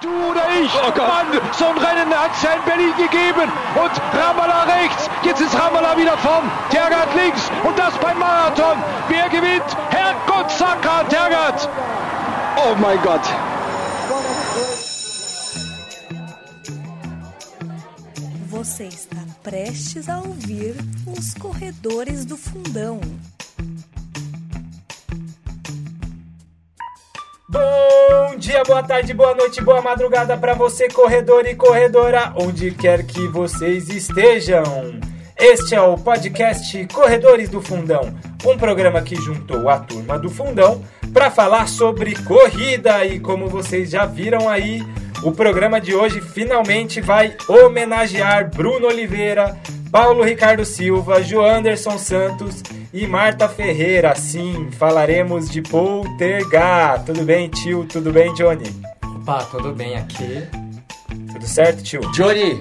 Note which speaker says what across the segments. Speaker 1: Du oder ich? Oh Mann, so ein Rennen hat es in Berlin gegeben. Und Ramallah rechts, jetzt ist Ramallah wieder vorn. Tergat links und das beim Marathon. Wer gewinnt? Herrgott, Saka, Tergat. Oh mein Gott.
Speaker 2: Você está prestes a ouvir os corredores do fundão.
Speaker 3: Bom dia, boa tarde, boa noite, boa madrugada pra você, corredor e corredora, onde quer que vocês estejam. Este é o podcast Corredores do Fundão, um programa que juntou a turma do Fundão para falar sobre corrida. E como vocês já viram aí, o programa de hoje finalmente vai homenagear Bruno Oliveira, Paulo Ricardo Silva, Joanderson Santos e Marta Ferreira. Sim, falaremos de Poltergar. Tudo bem, tio? Tudo bem, Johnny?
Speaker 4: Opa, tudo bem aqui?
Speaker 3: Tudo certo, tio?
Speaker 5: Johnny,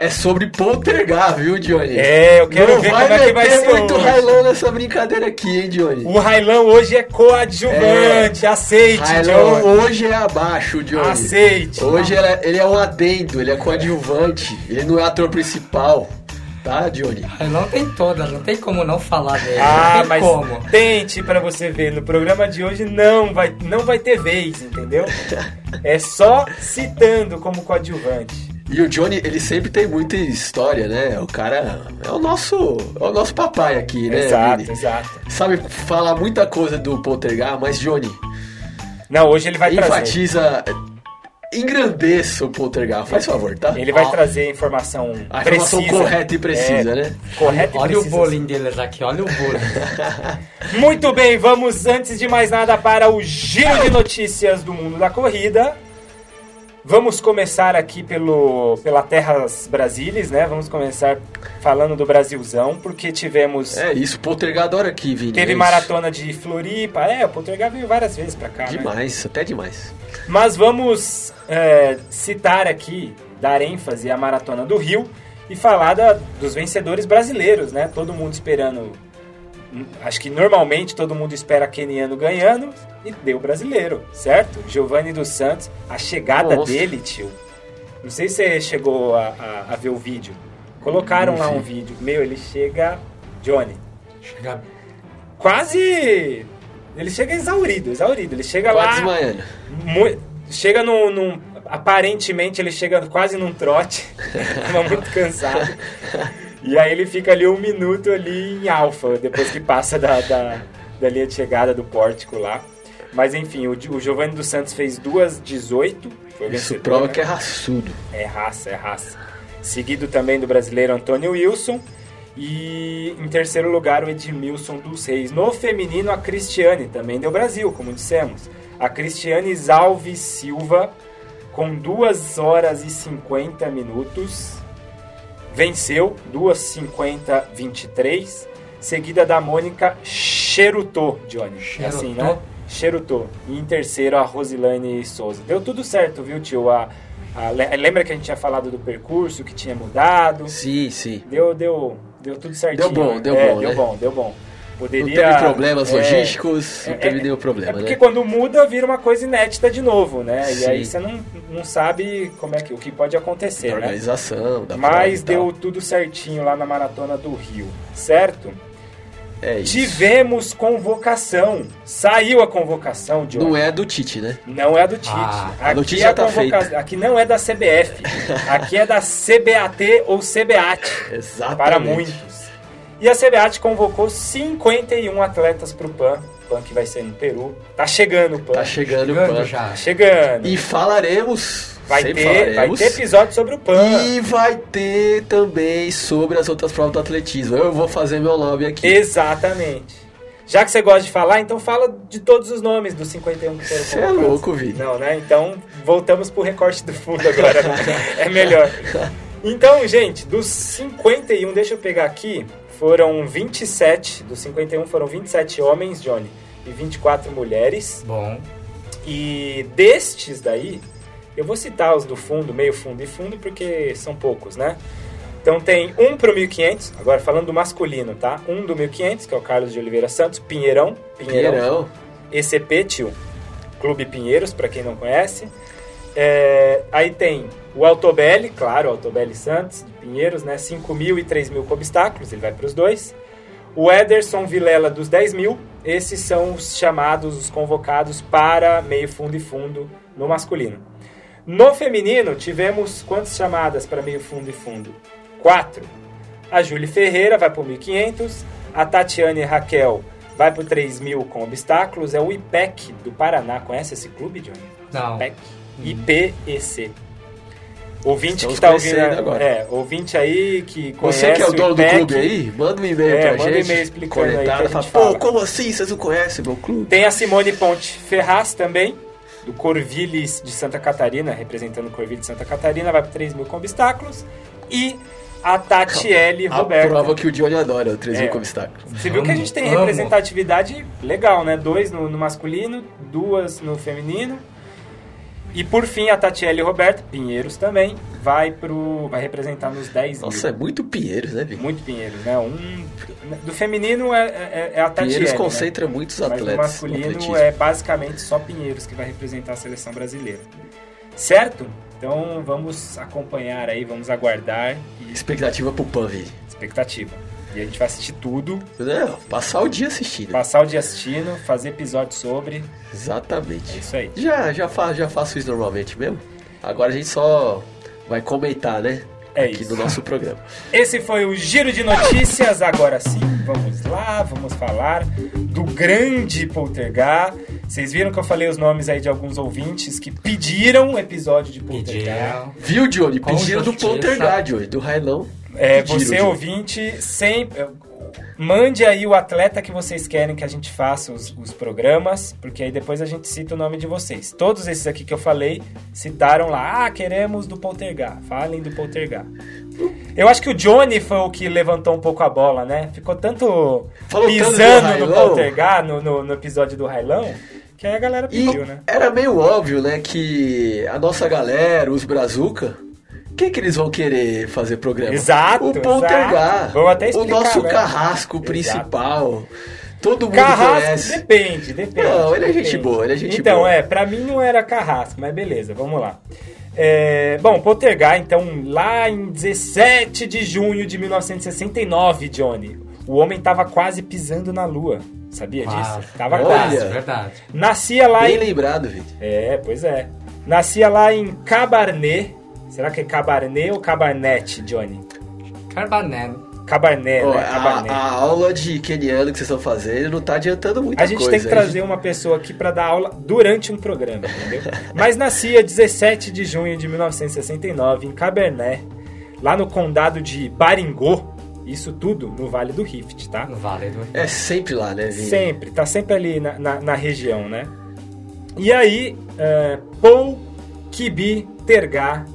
Speaker 5: é sobre poltergar, viu, Johnny?
Speaker 3: É, eu quero
Speaker 5: Não
Speaker 3: ver
Speaker 5: vai
Speaker 3: como é que vai
Speaker 5: meter
Speaker 3: ser
Speaker 5: muito
Speaker 3: hoje. Um
Speaker 5: railão nessa brincadeira aqui, hein, Johnny?
Speaker 3: O Railão hoje é coadjuvante, aceite,
Speaker 5: É. railão
Speaker 3: Johnny.
Speaker 5: hoje é abaixo, Johnny.
Speaker 3: Aceite.
Speaker 5: Hoje ele é, ele é um adendo, ele é coadjuvante, ele não é ator principal, tá, Johnny?
Speaker 4: Não tem todas, não tem como não falar dele.
Speaker 3: Ah,
Speaker 4: não tem
Speaker 3: mas
Speaker 4: como.
Speaker 3: tente pra você ver, no programa de hoje não vai, não vai ter vez, entendeu? É só citando como coadjuvante.
Speaker 5: E o Johnny, ele sempre tem muita história, né? O cara é o nosso, é o nosso papai aqui, né,
Speaker 3: exato,
Speaker 5: Vini?
Speaker 3: exato.
Speaker 5: Sabe falar muita coisa do poltergar, mas Johnny,
Speaker 3: Não, hoje ele vai trazer.
Speaker 5: enfatiza, é, engrandeça o poltergar, faz favor, tá?
Speaker 3: Ele vai
Speaker 4: Ó.
Speaker 3: trazer informação
Speaker 5: A
Speaker 3: precisa. É,
Speaker 5: informação correta e precisa, né?
Speaker 3: Correta e
Speaker 4: Olha o
Speaker 3: precisa.
Speaker 4: bullying deles aqui, olha o bullying.
Speaker 3: Muito bem, vamos antes de mais nada para o giro de notícias do mundo da corrida. Vamos começar aqui pelo, pela Terras Brasilis, né? Vamos começar falando do Brasilzão, porque tivemos.
Speaker 5: É isso, o poltergar adora aqui, Vini. é
Speaker 3: Teve
Speaker 5: isso.
Speaker 3: maratona de Floripa, é, o Poltergar veio várias vezes pra cá, né?
Speaker 5: Demais, até demais.
Speaker 3: Mas vamos é, citar aqui, dar ênfase à Maratona do Rio e falar da- dos vencedores brasileiros, né? Todo mundo esperando. Acho que normalmente todo mundo espera keniano ganhando e deu brasileiro, certo? Giovanni dos Santos, a chegada
Speaker 5: Nossa.
Speaker 3: dele, tio. Não sei se você chegou a, a- a ver o vídeo. Colocaram
Speaker 5: Não
Speaker 3: lá
Speaker 5: vi.
Speaker 3: um vídeo. Meu, ele chega. Johnny.
Speaker 4: Chega
Speaker 3: Quase. Ele chega exaurido, exaurido. Ele chega lá.
Speaker 5: Quase desmaiando.
Speaker 3: Mu- Chega num, num- Aparentemente ele chega quase num trote. Tava muito cansado. E aí ele fica ali um minuto ali em alfa, depois que passa da, da, da linha de chegada do pórtico lá. Mas enfim, o, Di- o Giovanni dos Santos fez duas 18. Foi
Speaker 5: Isso
Speaker 3: vencedor,
Speaker 5: prova
Speaker 3: né?
Speaker 5: que é raçudo.
Speaker 3: É raça, é raça. Seguido também do brasileiro Antônio Wilson. E em terceiro lugar, o Edmilson dos Reis. No feminino, a Cristiane, também deu Brasil, como dissemos. A Cristiane Alves Silva, com 2 horas e 50 minutos, venceu 2h50-23, seguida da Mônica Cherutô, Johnny. É Assim,
Speaker 4: Cherutô?
Speaker 3: né? Cherutô. E em terceiro, a Rosilane Souza. Deu tudo certo, viu, tio? A, a- le- lembra que a gente tinha falado do percurso, que tinha mudado?
Speaker 5: Sim, sim.
Speaker 3: Deu, deu, deu tudo certinho.
Speaker 5: Deu bom, deu
Speaker 3: É,
Speaker 5: bom,
Speaker 3: Deu
Speaker 5: né?
Speaker 3: bom, deu bom.
Speaker 5: Não
Speaker 3: Poderia,
Speaker 5: teve problemas
Speaker 3: é,
Speaker 5: logísticos,
Speaker 3: é-
Speaker 5: não teve
Speaker 3: é-
Speaker 5: nenhum
Speaker 3: É
Speaker 5: problema,
Speaker 3: porque
Speaker 5: né?
Speaker 3: quando muda, vira uma coisa inédita de novo, né? E aí
Speaker 5: Sim.
Speaker 3: você não, não sabe como é que, o que pode acontecer,
Speaker 5: Da
Speaker 3: né?
Speaker 5: organização, da
Speaker 3: Mas
Speaker 5: prova e
Speaker 3: deu tudo certinho lá na Maratona do Rio, certo?
Speaker 5: tal. É isso.
Speaker 3: Tivemos convocação. Saiu a convocação, John.
Speaker 5: Não é do Tite, né?
Speaker 3: Não é a do Tite.
Speaker 4: Ah,
Speaker 5: a notícia tá feita.
Speaker 3: Aqui não é da CBF. aqui é da CBAT ou CBAT.
Speaker 5: Exatamente.
Speaker 3: Para muitos. E a CBAT convocou 51 atletas pro PAN. PAN que vai ser no Peru. Tá chegando o PAN.
Speaker 5: Tá chegando o
Speaker 4: chegando
Speaker 5: PAN.
Speaker 4: já.
Speaker 3: Tá chegando.
Speaker 5: E falaremos.
Speaker 3: vai,
Speaker 5: sempre
Speaker 3: ter, vai
Speaker 5: falaremos.
Speaker 3: ter episódio sobre o PAN.
Speaker 5: E vai ter também sobre as outras provas do atletismo. Eu vou fazer meu lobby aqui.
Speaker 3: Exatamente. Já que você gosta de falar, então fala de todos os nomes dos 51 que foram
Speaker 5: Você é
Speaker 3: convocados.
Speaker 5: louco, Vini.
Speaker 3: Não, né? Então, voltamos pro recorte do fundo agora. é melhor. Então, gente, dos 51, deixa eu pegar aqui, foram 27, dos 51 foram 27 homens, Johnny, e 24 mulheres.
Speaker 4: Bom,
Speaker 3: E destes daí, eu vou citar os do fundo, meio fundo e fundo, porque são poucos, né? Então tem um pro 1500, agora falando do masculino, tá? Um do 1500, que é o Carlos de Oliveira Santos, Pinheirão, Pinheirão,
Speaker 5: Pinheirão.
Speaker 3: ECP, tio. Clube Pinheiros, pra quem não conhece. É, aí tem o Altobelli, claro, o Altobelli Santos, de Pinheiros, né? 5 mil e 3 mil com obstáculos, ele vai para os dois. O Ederson Vilela dos 10 mil, esses são os chamados, os convocados para meio fundo e fundo no masculino. No feminino, tivemos quantas chamadas para meio fundo e fundo? Quatro. A Júlia Ferreira vai para o 1.500, a Tatiane Raquel vai para o 3.000 com obstáculos, é o IPEC do Paraná. Conhece esse clube, Johnny?
Speaker 4: Não.
Speaker 3: IPEC. IPEC. Ouvinte
Speaker 5: Estamos
Speaker 3: que tá ouvindo
Speaker 5: conhecendo agora.
Speaker 3: É, ouvinte aí que conhece
Speaker 5: Você que é o dono do
Speaker 3: IPEC,
Speaker 5: clube aí, manda um e-mail
Speaker 3: É,
Speaker 5: pra
Speaker 3: manda um
Speaker 5: gente.
Speaker 3: e-mail explicando aí que
Speaker 5: conectado,
Speaker 3: a gente
Speaker 5: fala,
Speaker 3: fala.
Speaker 5: Pô, como assim? Vocês não conhecem meu clube?
Speaker 3: Tem a Simone Ponte Ferraz também, do Corvilles de Santa Catarina, representando o Corvilles de Santa Catarina, vai para 3 mil com obstáculos. E a Tatiele
Speaker 5: A
Speaker 3: Roberto.
Speaker 5: prova que o Johnny adora, o 3 mil
Speaker 3: É.
Speaker 5: com obstáculo.
Speaker 3: Você viu que a gente tem
Speaker 4: Amo, amo.
Speaker 3: representatividade legal, né? Dois no, no masculino, duas no feminino. E por fim, a Tatiele Roberto, Pinheiros também, vai pro. vai representar nos 10
Speaker 5: Nossa, é
Speaker 3: mil.
Speaker 5: muito Pinheiros, né, Vitor?
Speaker 3: Muito Pinheiros, né? Um. Do feminino é, é, é a Tatiele.
Speaker 5: Pinheiros
Speaker 3: né?
Speaker 5: concentra muitos
Speaker 3: Mas
Speaker 5: é atletas.
Speaker 3: no masculino
Speaker 5: no atletismo.
Speaker 3: é basicamente só Pinheiros que vai representar a seleção brasileira. Certo? Então vamos acompanhar aí, vamos aguardar e
Speaker 5: Expectativa pro Pan, Vini.
Speaker 3: expectativa. E a gente vai assistir tudo,
Speaker 5: Não, passar o dia assistindo.
Speaker 3: passar o dia assistindo, fazer episódio sobre. É
Speaker 5: Exatamente.
Speaker 3: isso aí.
Speaker 5: Já, já, fa já faço isso normalmente mesmo. Agora a gente só vai comentar, né?
Speaker 3: É
Speaker 5: aqui
Speaker 3: isso.
Speaker 5: no nosso programa.
Speaker 3: Esse foi o Giro de Notícias. Agora sim, vamos lá, vamos falar do grande Poltergar. Vocês viram que eu falei os nomes aí de alguns ouvintes que pediram um episódio de Poltergar.
Speaker 4: Pediram.
Speaker 5: Viu, Johnny?
Speaker 4: Com
Speaker 5: Pediram do
Speaker 4: justiça.
Speaker 5: Poltergar, Johnny, do Railão.
Speaker 3: É,
Speaker 5: Pediram,
Speaker 3: você
Speaker 5: Johnny.
Speaker 3: ouvinte, sempre. Mande aí o atleta que vocês querem que a gente faça os, os programas, porque aí depois a gente cita o nome de vocês. Todos esses aqui que eu falei citaram lá. Ah, queremos do Poltergar. Falem do Poltergar. Eu acho que o Johnny foi o que levantou um pouco a bola, né? Ficou tanto
Speaker 5: Falou tanto do
Speaker 3: pisando no
Speaker 5: Railão.
Speaker 3: Poltergar no, no- no episódio do Railão, que aí a galera
Speaker 5: E
Speaker 3: pediu, né?
Speaker 5: era meio óbvio, né, que a nossa galera, os Brazuca, quem que eles vão querer fazer programa?
Speaker 3: Exato,
Speaker 5: O Poltergar.
Speaker 3: exato. Vamos até
Speaker 5: O
Speaker 3: explicar
Speaker 5: nosso
Speaker 3: agora.
Speaker 5: carrasco
Speaker 3: Exato.
Speaker 5: principal. Todo mundo
Speaker 3: Carrasco,
Speaker 5: conhece.
Speaker 3: depende, depende.
Speaker 5: Não, ele é gente
Speaker 3: depende.
Speaker 5: boa, ele é gente
Speaker 3: então,
Speaker 5: boa.
Speaker 3: é, pra mim não era Carrasco, mas beleza, vamos lá. É, bom, Poltergar, então, lá em 17 de junho de 1969, Johnny, o homem tava quase pisando na lua. Sabia
Speaker 4: Quase.
Speaker 3: disso? Tava
Speaker 5: Olha.
Speaker 3: quase.
Speaker 4: Ah, é verdade.
Speaker 3: Nascia lá
Speaker 5: Bem
Speaker 3: em...
Speaker 5: lembrado, Vitor.
Speaker 3: É, pois é. Nascia lá em Cabarnet. Será que é Cabarnet ou Cabarnet, Johnny?
Speaker 4: Carbané.
Speaker 3: Cabarnet,
Speaker 5: Ó,
Speaker 3: né?
Speaker 5: a,
Speaker 3: Cabarnet.
Speaker 5: a aula de keniano que vocês estão fazendo não tá adiantando muita
Speaker 3: A
Speaker 5: coisa.
Speaker 3: gente tem que trazer uma pessoa aqui pra dar aula durante um programa, entendeu? Mas nascia 17 de junho de 1969 em Cabernet, lá no condado de Baringô, isso tudo no Vale do Rift, tá?
Speaker 4: No Vale do
Speaker 5: É sempre lá, né, Vini?
Speaker 3: Sempre, tá sempre ali na, na, na região, né? E aí, é, Paul Kibi Tergá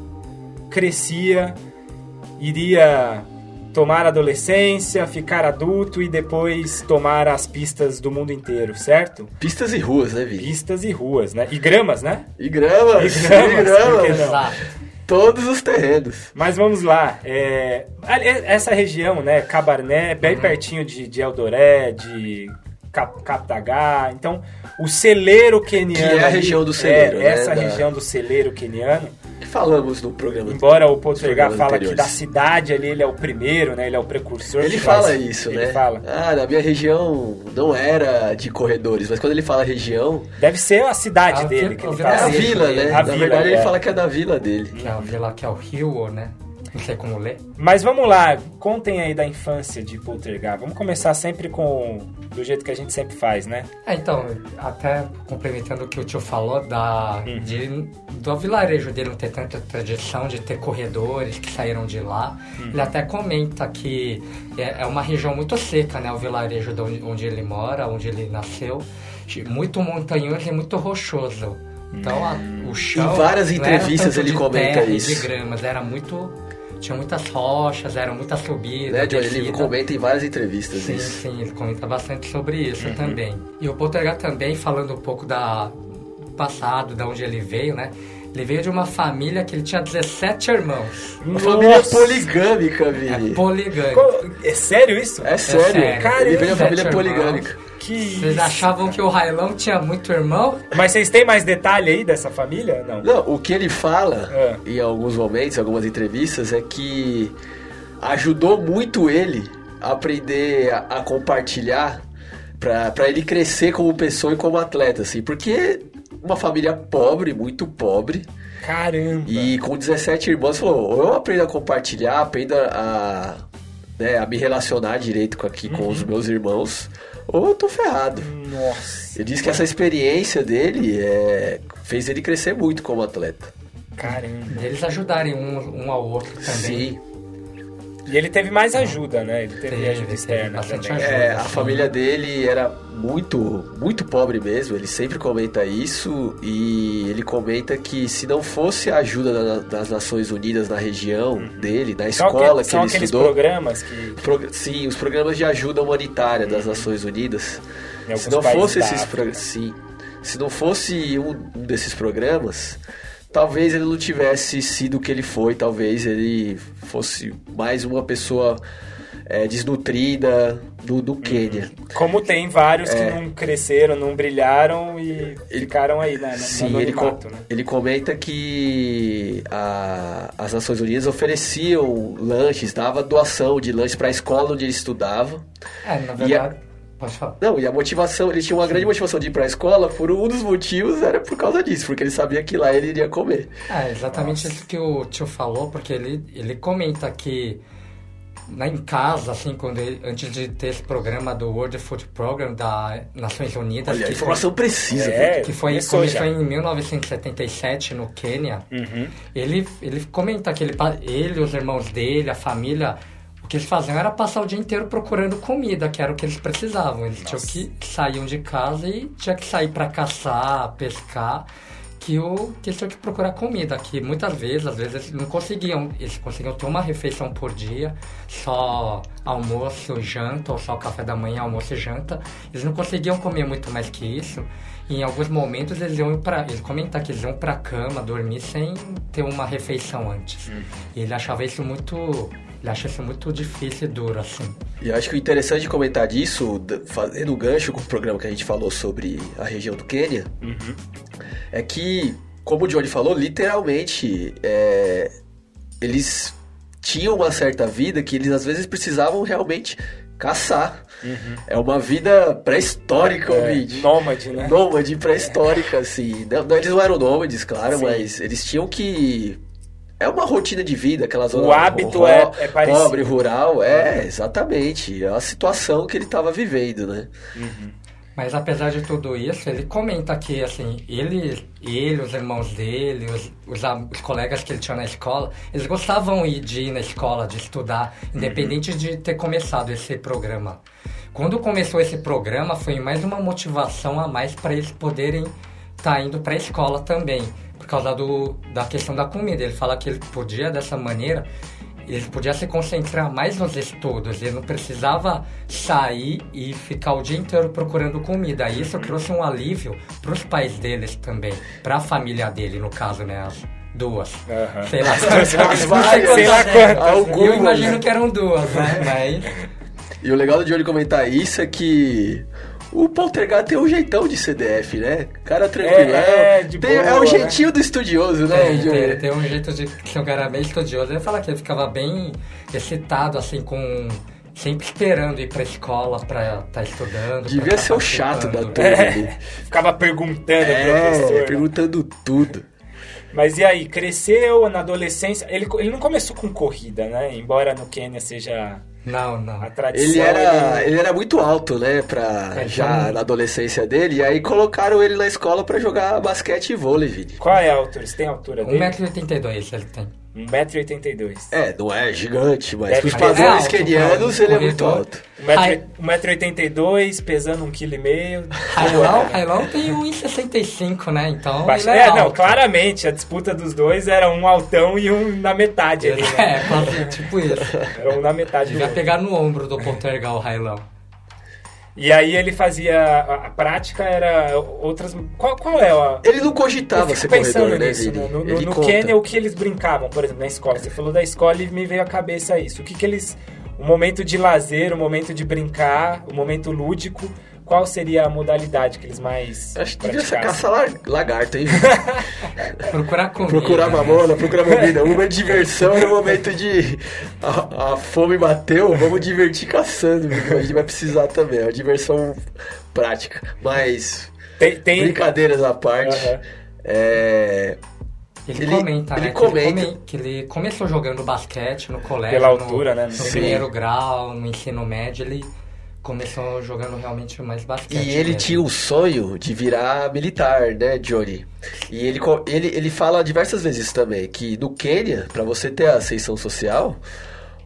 Speaker 3: crescia, iria tomar a adolescência, ficar adulto e depois tomar as pistas do mundo inteiro, certo?
Speaker 5: Pistas e ruas, né, Vini?
Speaker 3: Pistas e ruas, né? E gramas, né?
Speaker 5: E gramas,
Speaker 3: E
Speaker 5: e
Speaker 3: gramas,
Speaker 5: gramas,
Speaker 3: porque não?
Speaker 4: Exato.
Speaker 5: todos os terrenos.
Speaker 3: Mas vamos lá. é, ali- Essa região, né? Cabarné,
Speaker 5: Uhum.
Speaker 3: bem pertinho de, de Eldoré, de Cap- Captagá. Então, o celeiro queniano.
Speaker 5: Que é a
Speaker 3: ali,
Speaker 5: região do celeiro,
Speaker 3: é,
Speaker 5: né,
Speaker 3: Essa
Speaker 5: da-
Speaker 3: região do celeiro queniano.
Speaker 5: Que falamos no programa.
Speaker 3: Embora o Poltergar
Speaker 5: Os programas
Speaker 3: fala que
Speaker 5: anteriores.
Speaker 3: da cidade ali ele é o primeiro, né? Ele é o precursor.
Speaker 5: Ele
Speaker 3: que
Speaker 5: fala
Speaker 3: faz-
Speaker 5: isso,
Speaker 3: ele
Speaker 5: né?
Speaker 3: fala.
Speaker 5: Ah, na minha região não era de corredores, mas quando ele fala região,
Speaker 3: Deve ser a cidade
Speaker 4: Ah,
Speaker 3: dele.
Speaker 4: o
Speaker 3: Que ele
Speaker 4: que-
Speaker 5: é a
Speaker 3: fala.
Speaker 4: Brasil,
Speaker 5: vila, né?
Speaker 4: a
Speaker 5: na
Speaker 3: vila,
Speaker 5: verdade,
Speaker 3: é.
Speaker 5: ele fala que é da vila dele.
Speaker 4: Que é o vila que é o Rio, né? Não sei como ler.
Speaker 3: Mas vamos lá, contem aí da infância de Poltergar. Vamos começar sempre com do jeito que a gente sempre faz, né?
Speaker 4: É, então, até complementando o que o tio falou da,
Speaker 5: Uhum.
Speaker 4: de- do vilarejo dele não ter tanta tradição de ter corredores que saíram de lá.
Speaker 5: Uhum.
Speaker 4: Ele até comenta que é, é uma região muito seca, né? O vilarejo de onde, onde ele mora, onde ele nasceu. Muito montanhoso e muito rochoso. Então, a- o chão...
Speaker 5: Em Uhum. várias
Speaker 4: não era
Speaker 5: entrevistas
Speaker 4: tanto
Speaker 5: ele
Speaker 4: de
Speaker 5: comenta
Speaker 4: terra e
Speaker 5: isso.
Speaker 4: de gramas, era muito... Tinha muitas rochas, eram muitas
Speaker 3: é
Speaker 4: subidas,
Speaker 5: Né, Johnny? Ele
Speaker 4: descidas.
Speaker 5: comenta em várias entrevistas né?
Speaker 4: Sim,
Speaker 5: isso.
Speaker 4: sim, ele comenta bastante sobre isso
Speaker 5: Uhum.
Speaker 4: também. E o Poltergar também, falando um pouco da do passado, da onde ele veio, né? Ele veio de uma família que ele tinha 17 irmãos.
Speaker 5: Uma família
Speaker 3: Nossa!
Speaker 5: poligâmica,
Speaker 4: É
Speaker 5: Vini.
Speaker 4: poligâmico.
Speaker 3: Co- É sério isso?
Speaker 5: É sério.
Speaker 4: sério.
Speaker 5: Ele veio de uma
Speaker 4: Sete
Speaker 5: família
Speaker 4: irmãos.
Speaker 5: poligâmica.
Speaker 3: Que
Speaker 4: Vocês
Speaker 3: isso,
Speaker 4: achavam que o Railão tinha muito irmão?
Speaker 3: Mas vocês têm mais detalhe aí dessa família? Não.
Speaker 5: Não, o que ele fala
Speaker 3: É.
Speaker 5: em alguns momentos, em algumas entrevistas, é que ajudou muito ele a aprender a, a compartilhar pra pra ele crescer como pessoa e como atleta, assim, porque uma família pobre, muito pobre,
Speaker 3: Caramba.
Speaker 5: e com 17 irmãos falou, ou eu aprendo a compartilhar, aprendo a, a, né, a me relacionar direito com aqui com
Speaker 3: Uhum.
Speaker 5: os meus irmãos, ou eu tô ferrado.
Speaker 3: Nossa.
Speaker 5: Ele diz que essa experiência dele é, fez ele crescer muito como atleta.
Speaker 3: Caramba.
Speaker 4: Eles ajudarem um, um ao outro também.
Speaker 5: Sim.
Speaker 3: E ele teve mais ajuda, né? Ele teve
Speaker 4: Teve,
Speaker 3: ajuda
Speaker 4: teve
Speaker 3: externa
Speaker 4: bastante
Speaker 3: também.
Speaker 4: ajuda.
Speaker 5: É, a família dele era muito, muito pobre mesmo. Ele sempre comenta isso e ele comenta que se não fosse a ajuda da- das Nações Unidas na região dele, na
Speaker 3: São
Speaker 5: escola
Speaker 3: aqueles-
Speaker 5: Uhum. que,
Speaker 3: são
Speaker 5: ele
Speaker 3: aqueles
Speaker 5: estudou,
Speaker 3: programas que
Speaker 5: Prog- Sim, os programas de ajuda humanitária das Nações Unidas.
Speaker 3: Uhum. Em alguns
Speaker 5: Se não
Speaker 3: países
Speaker 5: fosse
Speaker 3: da
Speaker 5: esses
Speaker 3: África.
Speaker 5: pro- sim. se não fosse um um desses programas, talvez ele não tivesse sido o que ele foi, talvez ele fosse mais uma pessoa é, desnutrida do,
Speaker 3: Uhum.
Speaker 5: do Quênia.
Speaker 3: Como tem vários
Speaker 5: É.
Speaker 3: que não cresceram, não brilharam e ficaram aí na, na,
Speaker 5: Sim,
Speaker 3: É, no
Speaker 5: ele, com-
Speaker 3: anonimato, né?
Speaker 5: ele comenta que a- as Nações Unidas ofereciam lanches, dava doação de lanches para a escola onde ele estudava.
Speaker 4: É, na
Speaker 5: E a-
Speaker 4: verdade. Pode falar.
Speaker 5: Não, e a motivação, ele tinha uma grande motivação de ir pra escola, por um dos motivos era por causa disso, porque ele sabia que lá ele iria comer.
Speaker 4: É, exatamente isso que o tio falou, porque ele, ele comenta que na, em casa, assim, quando ele- antes de ter esse programa do World Food Program da Nações Unidas,
Speaker 5: Olha, a
Speaker 4: que,
Speaker 5: informação precisa.
Speaker 3: É,
Speaker 5: viu?
Speaker 4: foi, que foi,
Speaker 3: começou
Speaker 4: começou
Speaker 3: já. Uhum.
Speaker 4: em 1977 no Quênia, ele, ele comenta que ele, pa- ele, os irmãos dele, a família, o que eles faziam era passar o dia inteiro procurando comida, que era o que eles precisavam. Eles tinham que saíam de casa e tinha que sair para caçar, pescar, que, o, que eles tinham que procurar comida, que muitas vezes, às vezes, eles não conseguiam. Eles conseguiam ter uma refeição por dia, só almoço, janta, ou só café da manhã, almoço e janta. Eles não conseguiam comer muito mais que isso. E em alguns momentos eles iam para eles comentam que eles iam para cama dormir sem ter uma refeição antes. E ele achava isso muito, ele acha isso muito difícil e duro assim.
Speaker 5: E eu acho que o interessante de comentar disso, d- fazendo um gancho com o programa que a gente falou sobre a região do Quênia, é que, como o Johnny falou, literalmente, é, eles tinham uma certa vida que eles às vezes precisavam realmente caçar. É uma vida pré-histórica,
Speaker 3: É,
Speaker 5: ouvinte.
Speaker 3: Nômade, né?
Speaker 5: Nômade pré-histórica, assim. Não, não, eles não eram nômades, claro,
Speaker 3: Sim.
Speaker 5: mas eles tinham que. É uma rotina de vida, aquela zona
Speaker 3: hábito
Speaker 5: rural,
Speaker 3: é- é parecido.
Speaker 5: pobre, rural, é, exatamente. É a situação que ele estava vivendo, né?
Speaker 4: Mas apesar de tudo isso, ele comenta que assim, ele, ele os irmãos dele, os, os, am- os colegas que ele tinha na escola, eles gostavam i- de ir na escola, de estudar, independente de ter começado esse programa. Quando começou esse programa, foi mais uma motivação a mais para eles poderem estar indo para a escola também, por causa do, da questão da comida. Ele fala que ele podia dessa maneira ele podia se concentrar mais nos estudos, ele não precisava sair e ficar o dia inteiro procurando comida. E Isso trouxe um alívio para os pais deles também, para a família dele, no caso, né? As duas.
Speaker 3: Aham.
Speaker 4: Sei lá,
Speaker 5: Várias,
Speaker 4: sei lá
Speaker 3: sei lá
Speaker 4: quantas.
Speaker 5: quantas,
Speaker 4: Eu
Speaker 5: né?
Speaker 4: imagino que eram duas, né? Mas
Speaker 5: E o legal do Johnny comentar isso é que o Poltergeist tem um jeitão de CDF, né? Cara tranquilo.
Speaker 3: É, é, de
Speaker 5: tem-
Speaker 3: boa,
Speaker 5: é o
Speaker 3: né?
Speaker 5: jeitinho do estudioso, né,
Speaker 4: tem,
Speaker 5: Johnny?
Speaker 4: tem, tem um jeito de que o cara era bem estudioso. Eu ia falar que ele ficava bem excitado, assim, com. Sempre esperando ir pra escola pra estar estudando. pra
Speaker 5: Devia
Speaker 4: tá
Speaker 5: ser o chato da
Speaker 4: participando.
Speaker 5: turma ali.
Speaker 3: Ficava perguntando ao professor.
Speaker 5: É,
Speaker 3: né?
Speaker 5: perguntando tudo.
Speaker 3: Mas e aí, cresceu na adolescência? Ele, ele não começou com corrida, né? Embora no Quênia seja
Speaker 4: Não, não.
Speaker 3: a tradição.
Speaker 5: Ele era,
Speaker 3: ele-
Speaker 5: ele era muito alto, né, pra
Speaker 4: É,
Speaker 5: já
Speaker 4: então-
Speaker 5: na adolescência dele, e aí colocaram ele na escola pra jogar basquete e vôlei, Vini.
Speaker 3: Qual é a altura? Você tem a altura dele?
Speaker 4: 1,82m ele tem.
Speaker 3: 1,82m.
Speaker 5: É, não é gigante, mas
Speaker 3: Deve
Speaker 5: pros
Speaker 3: ter-
Speaker 4: é
Speaker 5: padrões
Speaker 4: alto,
Speaker 5: quenianos
Speaker 3: né,
Speaker 4: pra um
Speaker 5: ele é um muito
Speaker 4: corredor.
Speaker 5: alto.
Speaker 3: 1,82m, pesando 1,5kg.
Speaker 4: Railão, Railão tem 1,65, né? Então.
Speaker 3: Baixa...
Speaker 4: ele
Speaker 3: É, não,
Speaker 4: alto.
Speaker 3: claramente, a disputa dos dois era um altão e um na metade ali, né?
Speaker 4: É, quase tipo isso.
Speaker 3: Era um na metade. do
Speaker 4: Devia
Speaker 3: outro.
Speaker 4: pegar no ombro do Poltergal o Railão.
Speaker 3: E aí ele fazia... A, a prática era outras... Qual, qual é a...
Speaker 5: Ele não
Speaker 3: Eu
Speaker 5: cogitava
Speaker 3: fico
Speaker 5: ser
Speaker 3: pensando
Speaker 5: corredor, né,
Speaker 3: nisso,
Speaker 5: Vini?
Speaker 3: No, no,
Speaker 5: ele
Speaker 3: no
Speaker 5: conta.
Speaker 3: Quênia, o que eles brincavam, por exemplo, na escola. Você falou da escola e me veio à cabeça isso. O que, que eles. O momento de lazer, o momento de brincar, o momento lúdico qual seria a modalidade que eles mais
Speaker 5: Acho que devia ser
Speaker 3: praticassem?
Speaker 5: caça la- lagarto, hein?
Speaker 4: Procurar comida.
Speaker 5: procurar
Speaker 4: né?
Speaker 5: mamona, procurar mamona. O momento de diversão é o momento de. A, a fome bateu, vamos divertir caçando, viu? A gente vai precisar também. É uma diversão prática. Mas,
Speaker 3: Tem, tem-
Speaker 5: brincadeiras à parte.
Speaker 3: Aham.
Speaker 5: É.
Speaker 4: Ele,
Speaker 5: Ele-
Speaker 4: comenta,
Speaker 5: ele
Speaker 4: né?
Speaker 5: comenta.
Speaker 4: Que, ele come- que ele começou jogando basquete no colégio.
Speaker 3: Pela
Speaker 4: no-
Speaker 3: altura, né?
Speaker 4: No
Speaker 3: Sim.
Speaker 4: primeiro grau, no ensino médio, ele começou jogando realmente mais basquete.
Speaker 5: E ele
Speaker 4: mesmo.
Speaker 5: tinha o sonho de virar militar, né, Johnny? E ele, co- ele, ele fala diversas vezes também que no Quênia, pra você ter a ascensão social,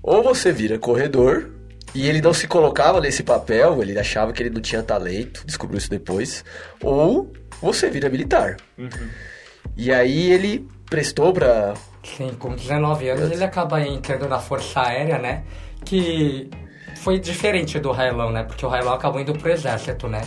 Speaker 5: ou você vira corredor, e ele não se colocava nesse papel, ele achava que ele não tinha talento, descobriu isso depois, ou você vira militar. E aí ele prestou pra.
Speaker 4: Sim, com 19 anos ele acaba entrando na Força Aérea, né? Que foi diferente do Railão, né? Porque o Railão acabou indo pro exército, né?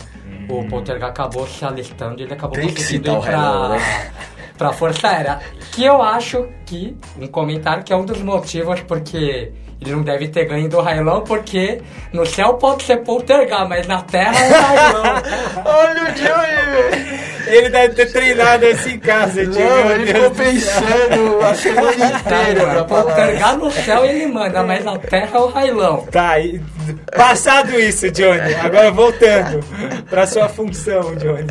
Speaker 4: O Poltergar acabou se alistando e ele acabou
Speaker 5: Hum. Tem que
Speaker 4: conseguindo
Speaker 5: citar
Speaker 4: ir
Speaker 5: o Railão,
Speaker 4: pra,
Speaker 5: né?
Speaker 4: pra Força Aérea. Que eu acho que, um comentário que é um dos motivos porque ele não deve ter ganho do Railão, porque no céu pode ser Poltergar, mas na terra é Railão.
Speaker 5: Olha o Johnny, velho!
Speaker 3: Ele deve ter treinado esse em casa, tio.
Speaker 5: Não,
Speaker 3: Meu
Speaker 5: ele
Speaker 3: Deus
Speaker 5: ficou
Speaker 3: do céu. Tá,
Speaker 5: pensando a semana inteira pra falar.
Speaker 4: Poltergar no céu ele manda, mas na terra é o Railão.
Speaker 3: Tá, e- passado isso, Johnny. Agora voltando pra sua função, Johnny.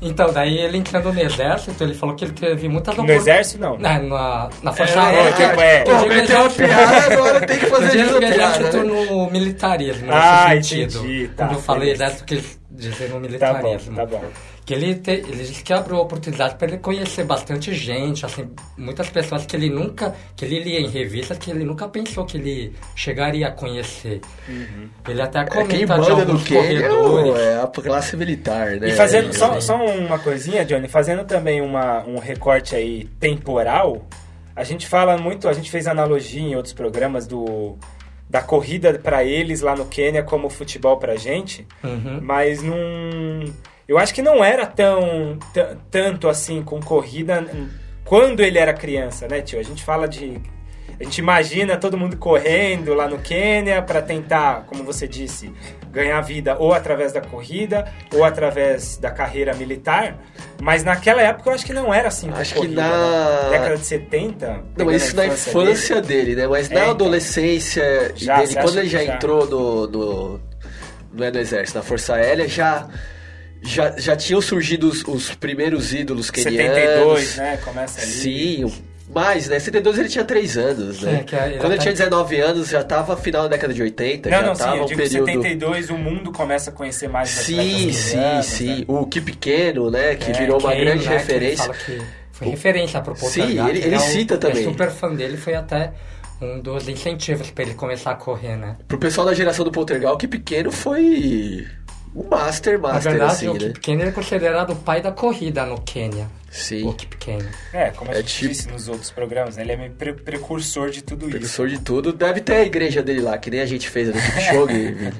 Speaker 4: Então, daí ele entrando no exército, então ele falou que ele teve muitas
Speaker 3: No exército, não.
Speaker 4: Na, na, na Força
Speaker 3: É,
Speaker 4: Aérea.
Speaker 3: não, tipo, é.
Speaker 4: Eu
Speaker 5: Pô,
Speaker 4: digo
Speaker 5: meteu uma
Speaker 4: exército-
Speaker 5: piada, agora tem que
Speaker 4: eu
Speaker 5: fazer
Speaker 4: digo
Speaker 5: essa
Speaker 4: exército
Speaker 5: piada. né?
Speaker 4: no militarismo,
Speaker 3: Ah,
Speaker 4: nesse sentido.
Speaker 3: entendi, tá,
Speaker 4: Quando eu falei
Speaker 3: beleza.
Speaker 4: exército, eu quis dizer no
Speaker 3: Tá bom,
Speaker 4: militarismo.
Speaker 3: tá bom.
Speaker 4: Que ele, te, ele disse que abriu a oportunidade para ele conhecer bastante gente, assim, muitas pessoas que ele nunca, que ele lia em revistas, que ele nunca pensou que ele chegaria a conhecer.
Speaker 3: Uhum.
Speaker 4: Ele até
Speaker 5: É, quem
Speaker 4: comenta de
Speaker 5: manda no
Speaker 4: alguns
Speaker 5: que é,
Speaker 4: corredores.
Speaker 5: o- é a classe militar, né?
Speaker 3: E fazendo
Speaker 5: É,
Speaker 3: só,
Speaker 5: é.
Speaker 3: só uma coisinha, Johnny, fazendo também uma, um recorte aí temporal, a gente fala muito, a gente fez analogia em outros programas do da corrida pra eles lá no Quênia como o futebol pra gente,
Speaker 4: Uhum.
Speaker 3: mas não eu acho que não era tão tan- tanto assim com corrida n- quando ele era criança, né, tio? A gente fala de a gente imagina todo mundo correndo lá no Quênia pra tentar, como você disse, ganhar vida ou através da corrida ou através da carreira militar, mas naquela época eu acho que não era assim. com
Speaker 5: Acho que
Speaker 3: corrida,
Speaker 5: na-
Speaker 3: né? década de 70.
Speaker 5: Não,
Speaker 3: pegando
Speaker 5: mas isso
Speaker 3: a
Speaker 5: na infância dele, né? Mas na
Speaker 3: É, então.
Speaker 5: adolescência
Speaker 3: Já,
Speaker 5: dele,
Speaker 3: você
Speaker 5: quando
Speaker 3: acha
Speaker 5: ele já,
Speaker 3: que já?
Speaker 5: entrou no, no- Não é no exército, na Força Aérea, já. Já, já tinham surgido os, os primeiros ídolos
Speaker 3: dele.
Speaker 5: quenianos.
Speaker 3: 72, né? Começa ali.
Speaker 5: é Sim, mas, né? 72 ele tinha 3 anos, né?
Speaker 4: É, que ele
Speaker 5: Quando ele
Speaker 4: tá-
Speaker 5: tinha 19 anos, já tava final da década de 80,
Speaker 3: Não,
Speaker 5: já
Speaker 3: não, sim,
Speaker 5: tava
Speaker 3: eu
Speaker 5: um
Speaker 3: digo
Speaker 5: período.
Speaker 3: que 72 o mundo começa a conhecer mais os
Speaker 5: Sim,
Speaker 3: atletas
Speaker 5: sim,
Speaker 3: quenianos,
Speaker 5: sim.
Speaker 3: né?
Speaker 5: O que pequeno, né? Que
Speaker 3: É,
Speaker 5: virou uma
Speaker 4: Kane,
Speaker 5: grande
Speaker 4: né, que
Speaker 5: referência.
Speaker 4: ele fala que foi referência pro Poltergeist.
Speaker 5: Sim, ele- ele
Speaker 4: né, o-
Speaker 5: cita
Speaker 4: eu
Speaker 5: também.
Speaker 4: super fã dele, foi até um dos incentivos pra ele começar a correr, né?
Speaker 5: Pro pessoal da geração do Poltergal, o que pequeno foi o master,
Speaker 4: Na
Speaker 5: master,
Speaker 4: verdade,
Speaker 5: assim,
Speaker 4: o
Speaker 5: né?
Speaker 4: Kip Kenner é considerado o pai da corrida no Quênia. O
Speaker 5: Sim.
Speaker 4: Kip Kenner.
Speaker 3: É, como a
Speaker 5: É
Speaker 3: gente
Speaker 5: tipo-
Speaker 3: disse nos outros programas, né? ele é meio pre- precursor de tudo isso.
Speaker 5: Professor de tudo. Deve ter a igreja dele lá, que nem a gente fez né? ali,
Speaker 4: É,
Speaker 5: Kipchoge. Vini.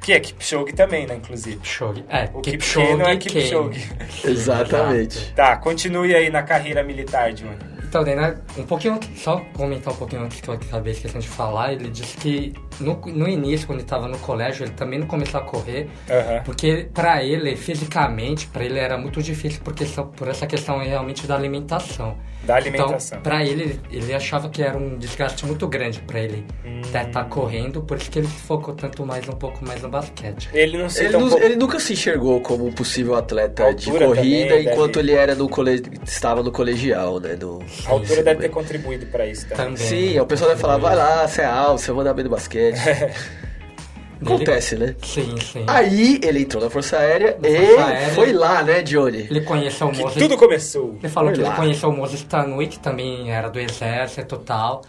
Speaker 3: Que é Kipchoge também, né, inclusive.
Speaker 4: Kipchoge. É,
Speaker 3: O
Speaker 4: Kipchoge
Speaker 3: Kipchoge não é
Speaker 4: Kane.
Speaker 3: Kipchoge.
Speaker 5: Exatamente.
Speaker 3: Tá, continue aí na carreira militar, Johnny.
Speaker 4: Então, daí, né, um pouquinho, antes- só comentar um pouquinho antes que eu acabei esquecendo de falar, ele disse que no, no início, quando ele tava no colégio, ele também não começou a correr,
Speaker 3: Aham.
Speaker 4: porque pra ele, fisicamente, pra ele era muito difícil, porque só por essa questão realmente da alimentação.
Speaker 3: Da alimentação.
Speaker 4: Então, pra ele, ele achava que era um desgaste muito grande pra ele estar
Speaker 3: Hum.
Speaker 4: correndo, por isso que ele se focou tanto mais, um pouco mais no basquete.
Speaker 3: Ele não
Speaker 5: Ele,
Speaker 4: tá
Speaker 3: cita um
Speaker 5: nu-
Speaker 3: pouco...
Speaker 5: ele nunca se enxergou como um possível atleta
Speaker 3: A
Speaker 5: de
Speaker 3: altura
Speaker 5: corrida
Speaker 4: né?
Speaker 3: também,
Speaker 5: enquanto
Speaker 3: deve-
Speaker 5: ele era no cole... estava no colegial, né? No...
Speaker 3: A altura deve ter contribuído pra isso também.
Speaker 4: Também. né?
Speaker 5: Sim, o pessoal deve falar, vai lá, você é alto, você manda bem no basquete. Acontece, né?
Speaker 4: Sim, sim.
Speaker 5: Aí ele entrou na Força Aérea
Speaker 4: Na
Speaker 5: e
Speaker 4: Força Aérea.
Speaker 5: foi lá, né, Johnny?
Speaker 4: Ele conheceu o
Speaker 3: Que
Speaker 4: Moses.
Speaker 3: tudo começou.
Speaker 4: Ele falou
Speaker 5: Foi
Speaker 4: que ele
Speaker 5: lá.
Speaker 4: conheceu o Moses Tanui, que também era do exército e tal.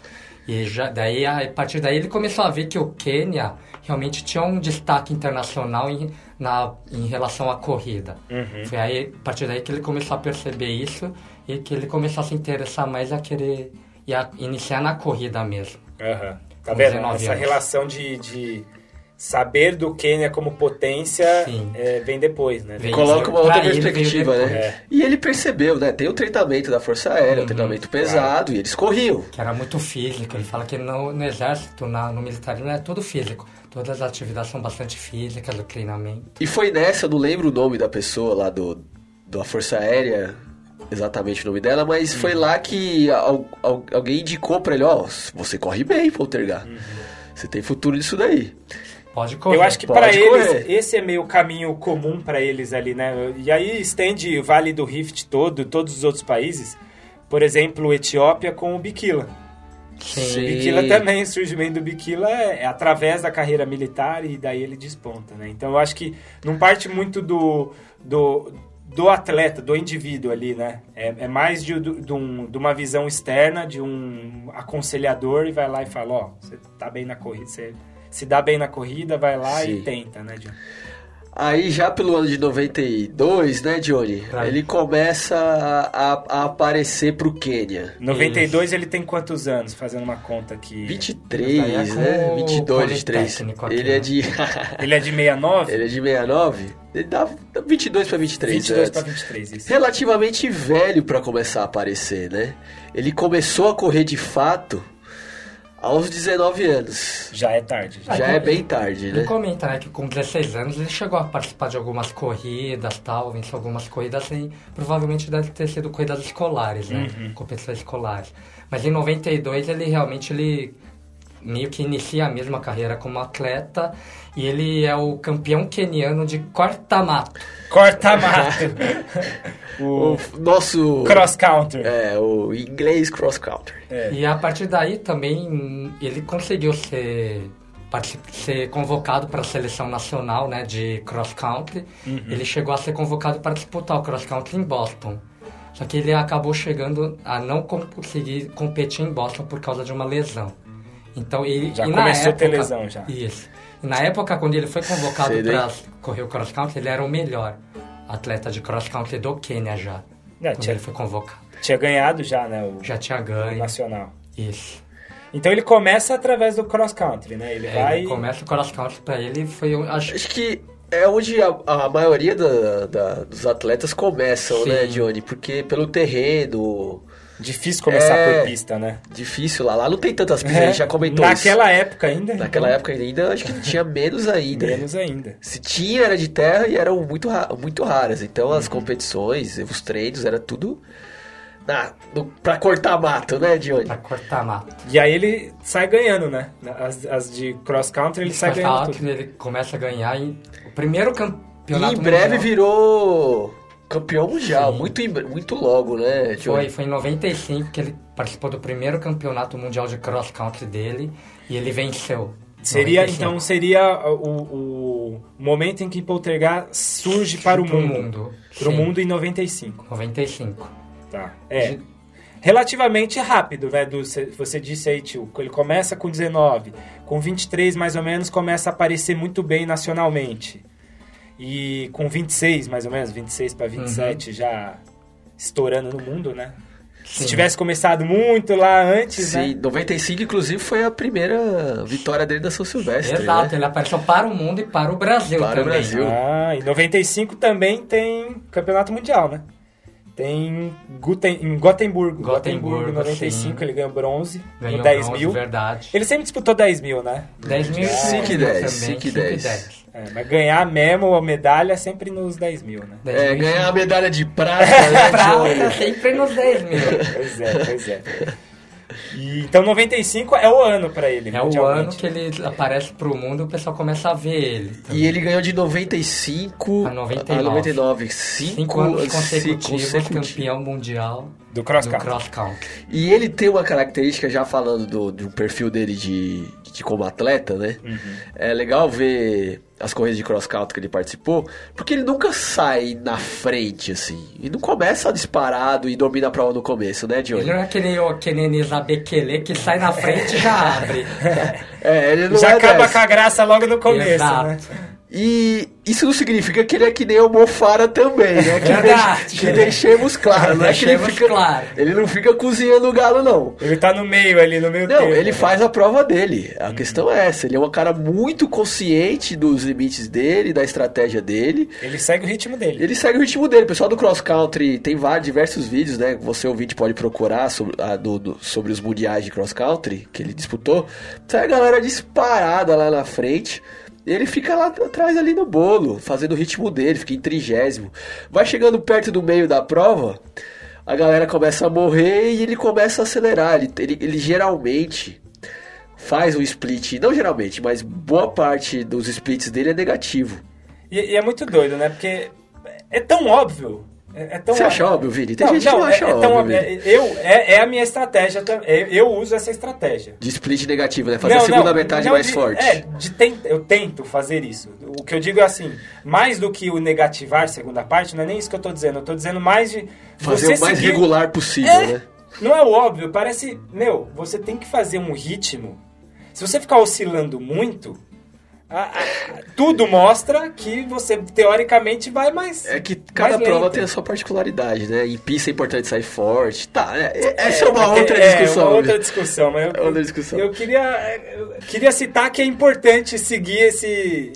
Speaker 4: E já, daí, a a partir daí, ele começou a ver que o Quênia realmente tinha um destaque internacional em, na, em relação à corrida.
Speaker 3: Uhum.
Speaker 4: Foi aí, a partir daí que ele começou a perceber isso e que ele começou a se interessar mais a querer e a iniciar na corrida mesmo.
Speaker 3: Aham. Tá
Speaker 4: Com
Speaker 3: vendo?
Speaker 4: 19
Speaker 3: Essa
Speaker 4: anos.
Speaker 3: relação de, de saber do Quênia como potência
Speaker 4: Sim.
Speaker 3: é, vem depois, né?
Speaker 4: Vem.
Speaker 5: Coloca uma outra
Speaker 4: Pra ele veio
Speaker 5: perspectiva,
Speaker 4: depois. Uhum.
Speaker 5: né?
Speaker 3: É.
Speaker 5: E ele percebeu, né? Tem o treinamento da Força Aérea, o treinamento pesado, e eles corriam.
Speaker 4: que era muito físico. Ele fala que no, no exército, na, no militarismo, é tudo físico. Todas as atividades são bastante físicas, o treinamento.
Speaker 5: E foi nessa, eu não lembro o nome da pessoa lá do, da Força Aérea, exatamente o nome dela, mas foi lá que al- al- alguém indicou pra ele, ó, você corre bem, Poltergar. Você tem futuro nisso daí.
Speaker 4: Pode correr.
Speaker 3: Eu acho que
Speaker 5: Pode
Speaker 3: pra eles,
Speaker 5: correr.
Speaker 3: esse é meio o caminho comum pra eles ali, né? E aí estende o Vale do Rift todo, todos os outros países. Por exemplo, Etiópia com o Bikila. O
Speaker 5: Sim.
Speaker 3: Bikila também, o surgimento do Bikila é, é através da carreira militar e daí ele desponta, né? Então eu acho que não parte muito do, do, do atleta, do indivíduo ali, né? É, é mais de, do- de um- de uma visão externa, de um aconselhador e vai lá e fala, ó, você tá bem na corrida, você se dá bem na corrida, vai lá e
Speaker 5: Sim.
Speaker 3: tenta, né, John?
Speaker 5: Aí já pelo ano de 92, né, Johnny?
Speaker 4: Tá.
Speaker 5: Ele começa a, a- a aparecer pro Quênia.
Speaker 3: 92 ele tem quantos anos? Fazendo uma conta aqui.
Speaker 5: 23,
Speaker 4: Daí é
Speaker 5: né?
Speaker 4: com o
Speaker 5: 22, 23.
Speaker 4: Politécnico aqui,
Speaker 5: Ele é
Speaker 4: né?
Speaker 5: de.
Speaker 3: Ele é de 69?
Speaker 5: ele é de 69? Ele dá 22 pra 23
Speaker 3: 22
Speaker 5: anos.
Speaker 3: pra 23, isso.
Speaker 5: relativamente velho pra começar a aparecer, né? Ele começou a correr de fato aos 19 anos.
Speaker 3: Já é tarde. Já.
Speaker 5: Já
Speaker 4: Aí,
Speaker 5: é bem tarde,
Speaker 4: Ele
Speaker 5: né?
Speaker 4: comenta, né, que com 16 anos ele chegou a participar de algumas corridas tal, venceu algumas corridas assim, provavelmente deve ter sido corridas escolares, né? Competições escolares. Mas em 92 ele realmente ele meio que inicia a mesma carreira como atleta e ele é o campeão queniano de corta-mato.
Speaker 3: Corta mato. o
Speaker 5: O nosso.
Speaker 3: cross country.
Speaker 5: É, o inglês cross country.
Speaker 3: É.
Speaker 4: E a partir daí também ele conseguiu ser, particip- ser convocado para a seleção nacional né, de cross country.
Speaker 3: Uhum.
Speaker 4: Ele chegou a ser convocado para disputar o cross country em Boston. Só que ele acabou chegando a não com- conseguir competir em Boston por causa de uma lesão. Então ele
Speaker 3: Já
Speaker 4: e na
Speaker 3: começou a ter
Speaker 4: época-
Speaker 3: lesão, já.
Speaker 4: Isso. E na época quando ele foi convocado
Speaker 5: Sei, né?
Speaker 4: para correr o cross country, ele era o melhor atleta de cross country do Quênia já.
Speaker 3: Já
Speaker 4: quando
Speaker 3: tinha-
Speaker 4: ele foi convocado,
Speaker 3: Tinha ganhado já, né? O,
Speaker 4: já tinha
Speaker 3: o
Speaker 4: ganho.
Speaker 3: nacional.
Speaker 4: Isso.
Speaker 3: Então ele começa através do cross country, né? Ele
Speaker 4: É,
Speaker 3: vai.
Speaker 4: ele começa o cross country pra ele foi eu acho
Speaker 5: Acho que é onde a, a maioria da- da- dos atletas começam,
Speaker 4: Sim.
Speaker 5: né, Johnny? Porque pelo terreno
Speaker 3: Difícil começar
Speaker 5: É.
Speaker 3: por pista, né?
Speaker 5: difícil lá, lá não tem tantas pistas, a gente já comentou
Speaker 3: É, Naquela época ainda.
Speaker 5: isso. Naquela época ainda, acho que tinha menos ainda.
Speaker 3: Menos ainda.
Speaker 5: Se tinha, era de terra e eram muito, ra- muito raras. Então
Speaker 4: Uhum.
Speaker 5: as competições, os treinos, era tudo na, no, pra cortar mato, né, Johnny?
Speaker 4: pra cortar mato.
Speaker 3: E aí ele sai ganhando, né? As, as de cross country ele sai
Speaker 4: Mas tá
Speaker 3: ganhando
Speaker 4: lá que
Speaker 3: tudo.
Speaker 4: ele começa a ganhar e o primeiro
Speaker 5: E
Speaker 4: campeonato
Speaker 5: em breve
Speaker 4: mundial
Speaker 5: virou campeão mundial,
Speaker 4: Sim.
Speaker 5: muito, em bre- muito logo,
Speaker 4: foi
Speaker 5: né, Johnny?
Speaker 4: foi em 95 que ele participou do primeiro campeonato mundial de cross country dele e ele venceu.
Speaker 3: Seria,
Speaker 4: 95.
Speaker 3: então, seria o, o momento em que Poltergar surge para o
Speaker 4: Pro
Speaker 3: mundo.
Speaker 4: mundo,
Speaker 3: Pro
Speaker 4: sim.
Speaker 3: mundo em 95.
Speaker 4: 95.
Speaker 3: Tá. É. Relativamente rápido, né? Do, cê- você disse aí, tio. Ele começa com 19. Com 23, mais ou menos, começa a aparecer muito bem nacionalmente. E com 26, mais ou menos, 26 para 27, já estourando no mundo, né? Se
Speaker 4: Uhum. Sim.
Speaker 3: tivesse começado muito lá antes,
Speaker 5: Sim,
Speaker 3: né?
Speaker 5: 95, inclusive, foi a primeira vitória dele da São Silvestre.
Speaker 4: Exato,
Speaker 5: né?
Speaker 4: ele apareceu para o mundo e para o Brasil
Speaker 5: Para o
Speaker 4: também.
Speaker 5: Brasil.
Speaker 3: Ah, e 95 também tem campeonato mundial, né? Tem Guten, em Gotemburgo.
Speaker 4: Gotemburgo,
Speaker 3: Gotemburgo, em 95,
Speaker 4: sim.
Speaker 3: ele ganhou bronze.
Speaker 4: Ganhou
Speaker 3: no 10
Speaker 4: bronze,
Speaker 3: mil.
Speaker 4: verdade.
Speaker 3: Ele sempre disputou 10 mil, né?
Speaker 4: 10 mil
Speaker 5: Cinco e
Speaker 4: mil
Speaker 5: dez,
Speaker 4: também,
Speaker 5: cinco e
Speaker 4: cinco
Speaker 5: dez.
Speaker 3: É, mas ganhar mesmo a medalha é sempre nos 10 mil, né?
Speaker 4: 10
Speaker 5: É,
Speaker 4: mil e
Speaker 5: ganhar a
Speaker 4: cinco.
Speaker 5: medalha de prata, né,
Speaker 4: É, Prata
Speaker 5: Johnny?
Speaker 4: sempre nos 10 mil.
Speaker 3: Pois é, pois é. E, então 95 é o ano pra ele,
Speaker 4: É o
Speaker 3: mundialmente.
Speaker 4: ano que ele aparece pro mundo e o pessoal começa a ver ele.
Speaker 5: E ele ganhou de 95
Speaker 4: A 99.
Speaker 5: 99.
Speaker 4: Cinco
Speaker 5: Cinco
Speaker 4: anos
Speaker 5: cinco
Speaker 4: consecutivos,
Speaker 5: consecutivos.
Speaker 4: campeão mundial
Speaker 3: Do cross
Speaker 4: do
Speaker 3: country.
Speaker 4: cross country.
Speaker 5: E ele tem uma característica, já falando do, do perfil dele de, de como atleta, né?
Speaker 4: Uhum.
Speaker 5: É legal ver as corridas de cross-country que ele participou, porque ele nunca sai na frente, assim. E não começa disparado e domina a prova no começo, né,
Speaker 4: Ele não
Speaker 5: Johnny?
Speaker 4: é aquele Okenene Zabekele que sai na frente e já abre.
Speaker 5: É, ele não
Speaker 3: Já
Speaker 5: é
Speaker 3: acaba
Speaker 5: dessa.
Speaker 3: com a graça logo no começo,
Speaker 4: Exato.
Speaker 3: né?
Speaker 5: E isso não significa que ele é que nem o Mofara também, né? Que,
Speaker 4: Verdade.
Speaker 5: que deixemos claro, não é que ele
Speaker 4: Deixemos
Speaker 5: fica.
Speaker 4: claro.
Speaker 5: Ele não fica cozinhando o galo, não.
Speaker 3: Ele tá no meio ali, no meio
Speaker 5: Não,
Speaker 3: termo,
Speaker 5: ele
Speaker 3: né?
Speaker 5: faz a prova dele. A questão é essa. Ele é um cara muito consciente dos limites dele, da estratégia dele.
Speaker 3: Ele segue o ritmo dele.
Speaker 5: Ele segue o ritmo dele. O pessoal do cross country tem vários, diversos vídeos, né? Você ouvinte pode procurar sobre, a- do- do- sobre os mundiais de cross country que ele disputou. Sai a galera disparada lá na frente. E ele fica lá atrás ali no bolo, fazendo o ritmo dele, fica em trigésimo. Vai chegando perto do meio da prova, a galera começa a morrer e ele começa a acelerar. Ele- ele- ele geralmente faz um split, não geralmente, mas boa parte dos splits dele é negativo.
Speaker 3: E, e é muito doido, né? Porque é tão óbvio. É, é tão
Speaker 5: Você acha óbvio, Vini? Tem gente que não acha
Speaker 3: é, é tão
Speaker 5: óbvio,
Speaker 3: óbvio. Eu, é, é a minha estratégia. tam- é- Eu uso essa estratégia.
Speaker 5: De split negativo, né? Fazer a
Speaker 3: Não,
Speaker 5: segunda
Speaker 3: não,
Speaker 5: metade
Speaker 3: não
Speaker 5: mais
Speaker 3: de-
Speaker 5: forte.
Speaker 3: É, de ten- eu tento fazer isso. O que eu digo é assim, mais do que o negativar segunda parte, não é nem isso que eu tô dizendo. Eu tô dizendo mais de...
Speaker 5: Fazer
Speaker 3: você
Speaker 5: o mais
Speaker 3: seguir-
Speaker 5: regular possível,
Speaker 3: É,
Speaker 5: né?
Speaker 3: Não é o óbvio, parece... Meu, você tem que fazer um ritmo. Se você ficar oscilando muito, a- a- tudo mostra que você, teoricamente, vai mais...
Speaker 5: É que cada
Speaker 3: mais
Speaker 5: prova
Speaker 3: lento.
Speaker 5: tem a sua particularidade, né? Em pista é importante sair forte. Tá, é- é- essa é uma
Speaker 3: É,
Speaker 5: outra
Speaker 3: é,
Speaker 5: discussão.
Speaker 3: uma
Speaker 5: né?
Speaker 3: outra discussão, mas eu,
Speaker 5: É outra discussão.
Speaker 3: eu queria, eu queria citar que é importante seguir esse,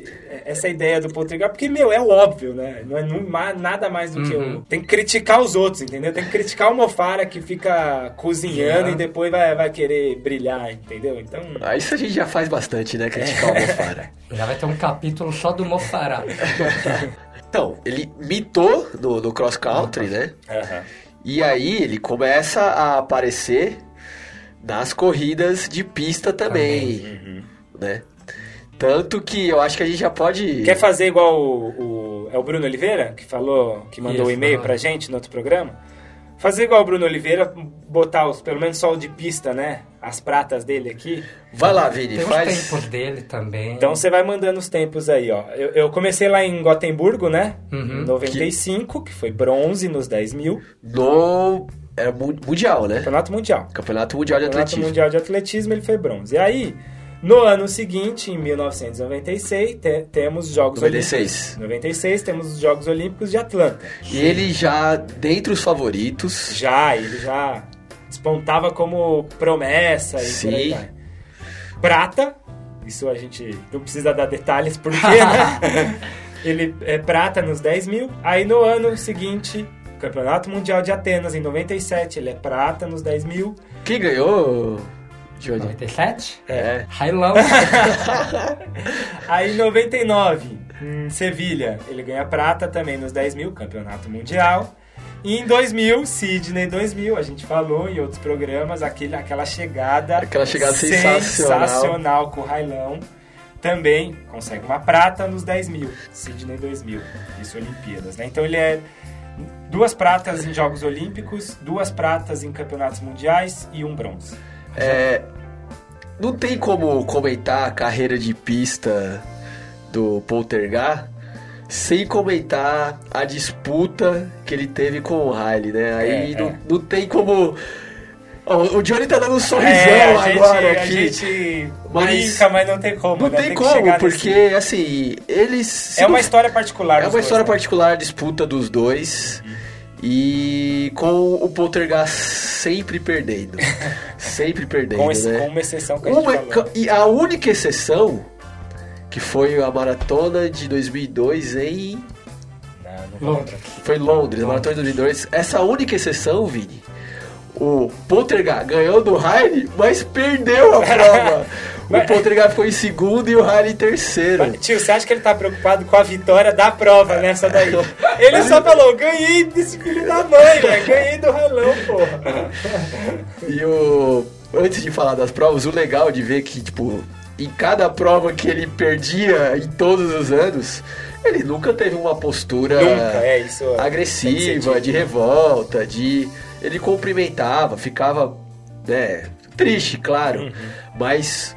Speaker 3: essa ideia do Pontregar, porque, meu, é óbvio, né? Não é nu- ma- nada mais do que
Speaker 5: Uhum.
Speaker 3: o... Tem que criticar os outros, entendeu? Tem que criticar o Mofara que fica cozinhando
Speaker 4: Yeah.
Speaker 3: e depois vai, vai querer brilhar, entendeu? Então...
Speaker 5: Ah, isso a gente já faz bastante, né? Criticar
Speaker 3: É.
Speaker 5: o Mofara.
Speaker 4: Já vai ter um capítulo só do Mofará.
Speaker 5: Então, ele mitou no, no cross country, né?
Speaker 3: aham.
Speaker 5: E aí ele começa a aparecer nas corridas de pista também, né? Tanto que eu acho que a gente já pode...
Speaker 3: Quer fazer igual o, o- É o Bruno Oliveira que falou, que mandou o
Speaker 4: Isso,
Speaker 3: e-mail
Speaker 4: aham.
Speaker 3: pra gente no outro programa? Fazer igual o Bruno Oliveira, botar os, pelo menos só o de pista, né? As pratas dele aqui.
Speaker 5: Vai lá, Vini,
Speaker 4: Tem os
Speaker 5: faz...
Speaker 4: tempos dele também.
Speaker 3: Então você vai mandando os tempos aí, ó. Eu, eu comecei lá em Gotemburgo, né?
Speaker 4: Uhum.
Speaker 3: Em 95, que foi bronze nos 10 mil.
Speaker 5: No. Era mu- mundial, né?
Speaker 3: Campeonato Mundial.
Speaker 5: Campeonato Mundial de
Speaker 3: Campeonato
Speaker 5: Atletismo.
Speaker 3: Mundial de Atletismo, ele foi bronze. E aí, no ano seguinte, em 1996, te- temos os Jogos
Speaker 5: 96.
Speaker 3: Olímpicos. 96, temos os Jogos Olímpicos de Atlanta.
Speaker 5: E ele já, dentre os favoritos,
Speaker 3: Já, ele já despontava como promessa e por aí
Speaker 5: Sim.
Speaker 3: vai. Prata, isso a gente não precisa dar detalhes porque né? ele é prata nos 10 mil. Aí no ano seguinte, Campeonato Mundial de Atenas em 97, ele é prata nos 10 mil.
Speaker 5: quem ganhou, Johnny?
Speaker 4: 97?
Speaker 5: É.
Speaker 4: Railão.
Speaker 3: Aí em 99, em Sevilha, ele ganha prata também nos 10 mil, Campeonato Mundial. E em 2000, Sydney 2000, a gente falou em outros programas, aquele, aquela chegada
Speaker 5: Aquela chegada sensacional.
Speaker 3: sensacional com o Railão. Também consegue uma prata nos 10 mil, Sydney 2000, isso Olimpíadas, né? Então ele é duas pratas em Jogos Olímpicos, duas pratas em Campeonatos Mundiais e um bronze.
Speaker 5: É, não tem como comentar a carreira de pista do Poltergar sem comentar a disputa que ele teve com o Riley, né? Aí
Speaker 3: É,
Speaker 5: não,
Speaker 3: é.
Speaker 5: não tem como. Ó, o Johnny tá dando um sorrisão
Speaker 3: É, a gente,
Speaker 5: agora
Speaker 3: a
Speaker 5: aqui.
Speaker 3: gente
Speaker 5: Mas-
Speaker 3: brinca, mas não tem como.
Speaker 5: Não
Speaker 3: né?
Speaker 5: tem
Speaker 3: que chegar
Speaker 5: como,
Speaker 3: nesse-
Speaker 5: porque assim, eles. se
Speaker 3: É uma
Speaker 5: não
Speaker 3: história particular.
Speaker 5: É
Speaker 3: dos
Speaker 5: uma
Speaker 3: dois,
Speaker 5: história
Speaker 3: né? Uhum.
Speaker 5: particular, a disputa dos dois. E com o Poltergeist sempre perdendo. sempre perdendo,
Speaker 3: Com, esse- com
Speaker 5: né?
Speaker 3: uma exceção que a gente
Speaker 5: Uma-
Speaker 3: falou.
Speaker 5: e a única exceção, que foi a maratona de 2002 em...
Speaker 3: Não, não vou
Speaker 4: Londres.
Speaker 5: Foi em Londres, a maratona de 2002. Essa única exceção, Vini, o Poltergeist ganhou do Riley, mas perdeu a prova. o Poltergeist ficou em segundo e o Riley em terceiro.
Speaker 3: Mas, Tio, você acha que ele tá preocupado com a vitória da prova nessa daí? Ele só falou, ganhei desse filho da mãe, velho. Ganhei do ralão, porra.
Speaker 5: E o. Antes de falar das provas, o legal de ver que, tipo, em cada prova que ele perdia em todos os anos, ele nunca teve uma postura
Speaker 3: Nunca, é isso. é. tem que ser
Speaker 5: agressiva, de revolta, de. Ele cumprimentava, ficava, né, triste, claro. Mas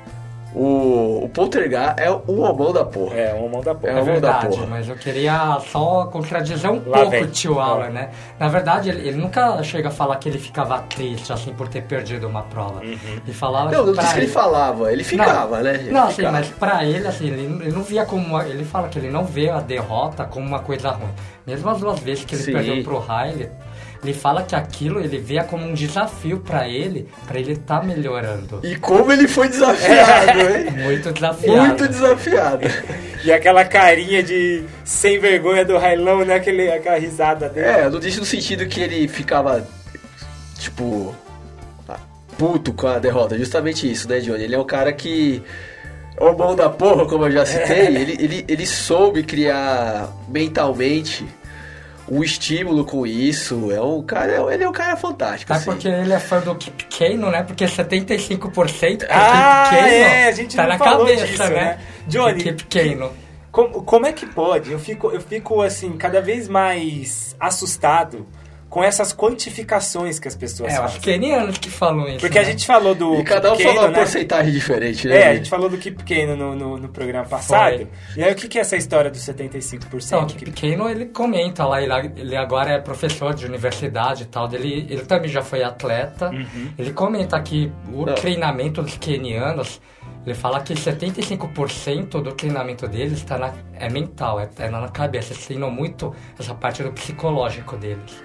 Speaker 5: O, o Poltergar é um homão da porra.
Speaker 3: É, uma mão da porra.
Speaker 5: É uma- Vamos dar
Speaker 4: verdade,
Speaker 5: porra.
Speaker 4: mas eu queria só contradizer um
Speaker 3: Lá
Speaker 4: pouco
Speaker 3: vem.
Speaker 4: o tio Alan,
Speaker 3: Ah.
Speaker 4: né? Na verdade, ele, ele nunca chega a falar que ele ficava triste, assim, por ter perdido uma prova.
Speaker 5: Uhum.
Speaker 4: E falava
Speaker 5: Não, não
Speaker 4: pra
Speaker 5: disse que ele falava, ele ficava,
Speaker 4: não,
Speaker 5: né? Ele
Speaker 4: Não, assim,
Speaker 5: ficava.
Speaker 4: mas pra ele, assim, ele, ele não via como. uma- Ele fala que ele não vê a derrota como uma coisa ruim. Mesmo as duas vezes que ele
Speaker 5: Sim.
Speaker 4: perdeu pro Riley, ele fala que aquilo ele via como um desafio pra ele, pra ele tá melhorando.
Speaker 5: E como ele foi desafiado, hein?
Speaker 4: Muito desafiado.
Speaker 5: Muito desafiado.
Speaker 3: E aquela carinha de sem vergonha do Railão, né? Aquele, aquela risada dele.
Speaker 5: É, eu não disse no sentido que ele ficava, tipo, puto com a derrota. Justamente isso, né, Johnny? Ele é um cara que. é O bom da porra, como eu já citei,
Speaker 3: É.
Speaker 5: ele, ele, ele soube criar mentalmente um estímulo com isso. É um cara, ele é um cara fantástico.
Speaker 4: Tá
Speaker 5: assim.
Speaker 4: porque ele é fã do Kip Kano, né? Porque 75% pro
Speaker 3: Ah,
Speaker 4: Kip Kano
Speaker 3: é, a gente
Speaker 4: tá
Speaker 3: não
Speaker 4: na
Speaker 3: falou
Speaker 4: cabeça,
Speaker 3: disso, né?
Speaker 4: né?
Speaker 3: Johnny,
Speaker 4: Kip Kano.
Speaker 3: Como, como é que pode? Eu fico, eu fico assim, cada vez mais assustado com essas quantificações que as pessoas
Speaker 4: É, os
Speaker 3: fazem.
Speaker 4: kenianos que falam isso.
Speaker 3: Porque a
Speaker 4: né?
Speaker 3: gente falou do.
Speaker 5: E cada um
Speaker 3: Kip
Speaker 5: falou
Speaker 3: Kano,
Speaker 5: uma porcentagem diferente, né?
Speaker 3: né? É, a
Speaker 5: Johnny?
Speaker 3: gente falou do Kip Kano no, no, no programa passado. E aí, o que, que é essa história dos 75%?
Speaker 4: Então, o
Speaker 3: Kip-
Speaker 4: Kip Kano, ele comenta lá, ele, ele agora é professor de universidade e tal, ele, ele também já foi atleta. Ele comenta que o
Speaker 5: Não.
Speaker 4: treinamento dos kenianos, ele fala que 75% do treinamento deles tá na, é mental, é, é na cabeça. Eles treinam muito essa parte do psicológico deles.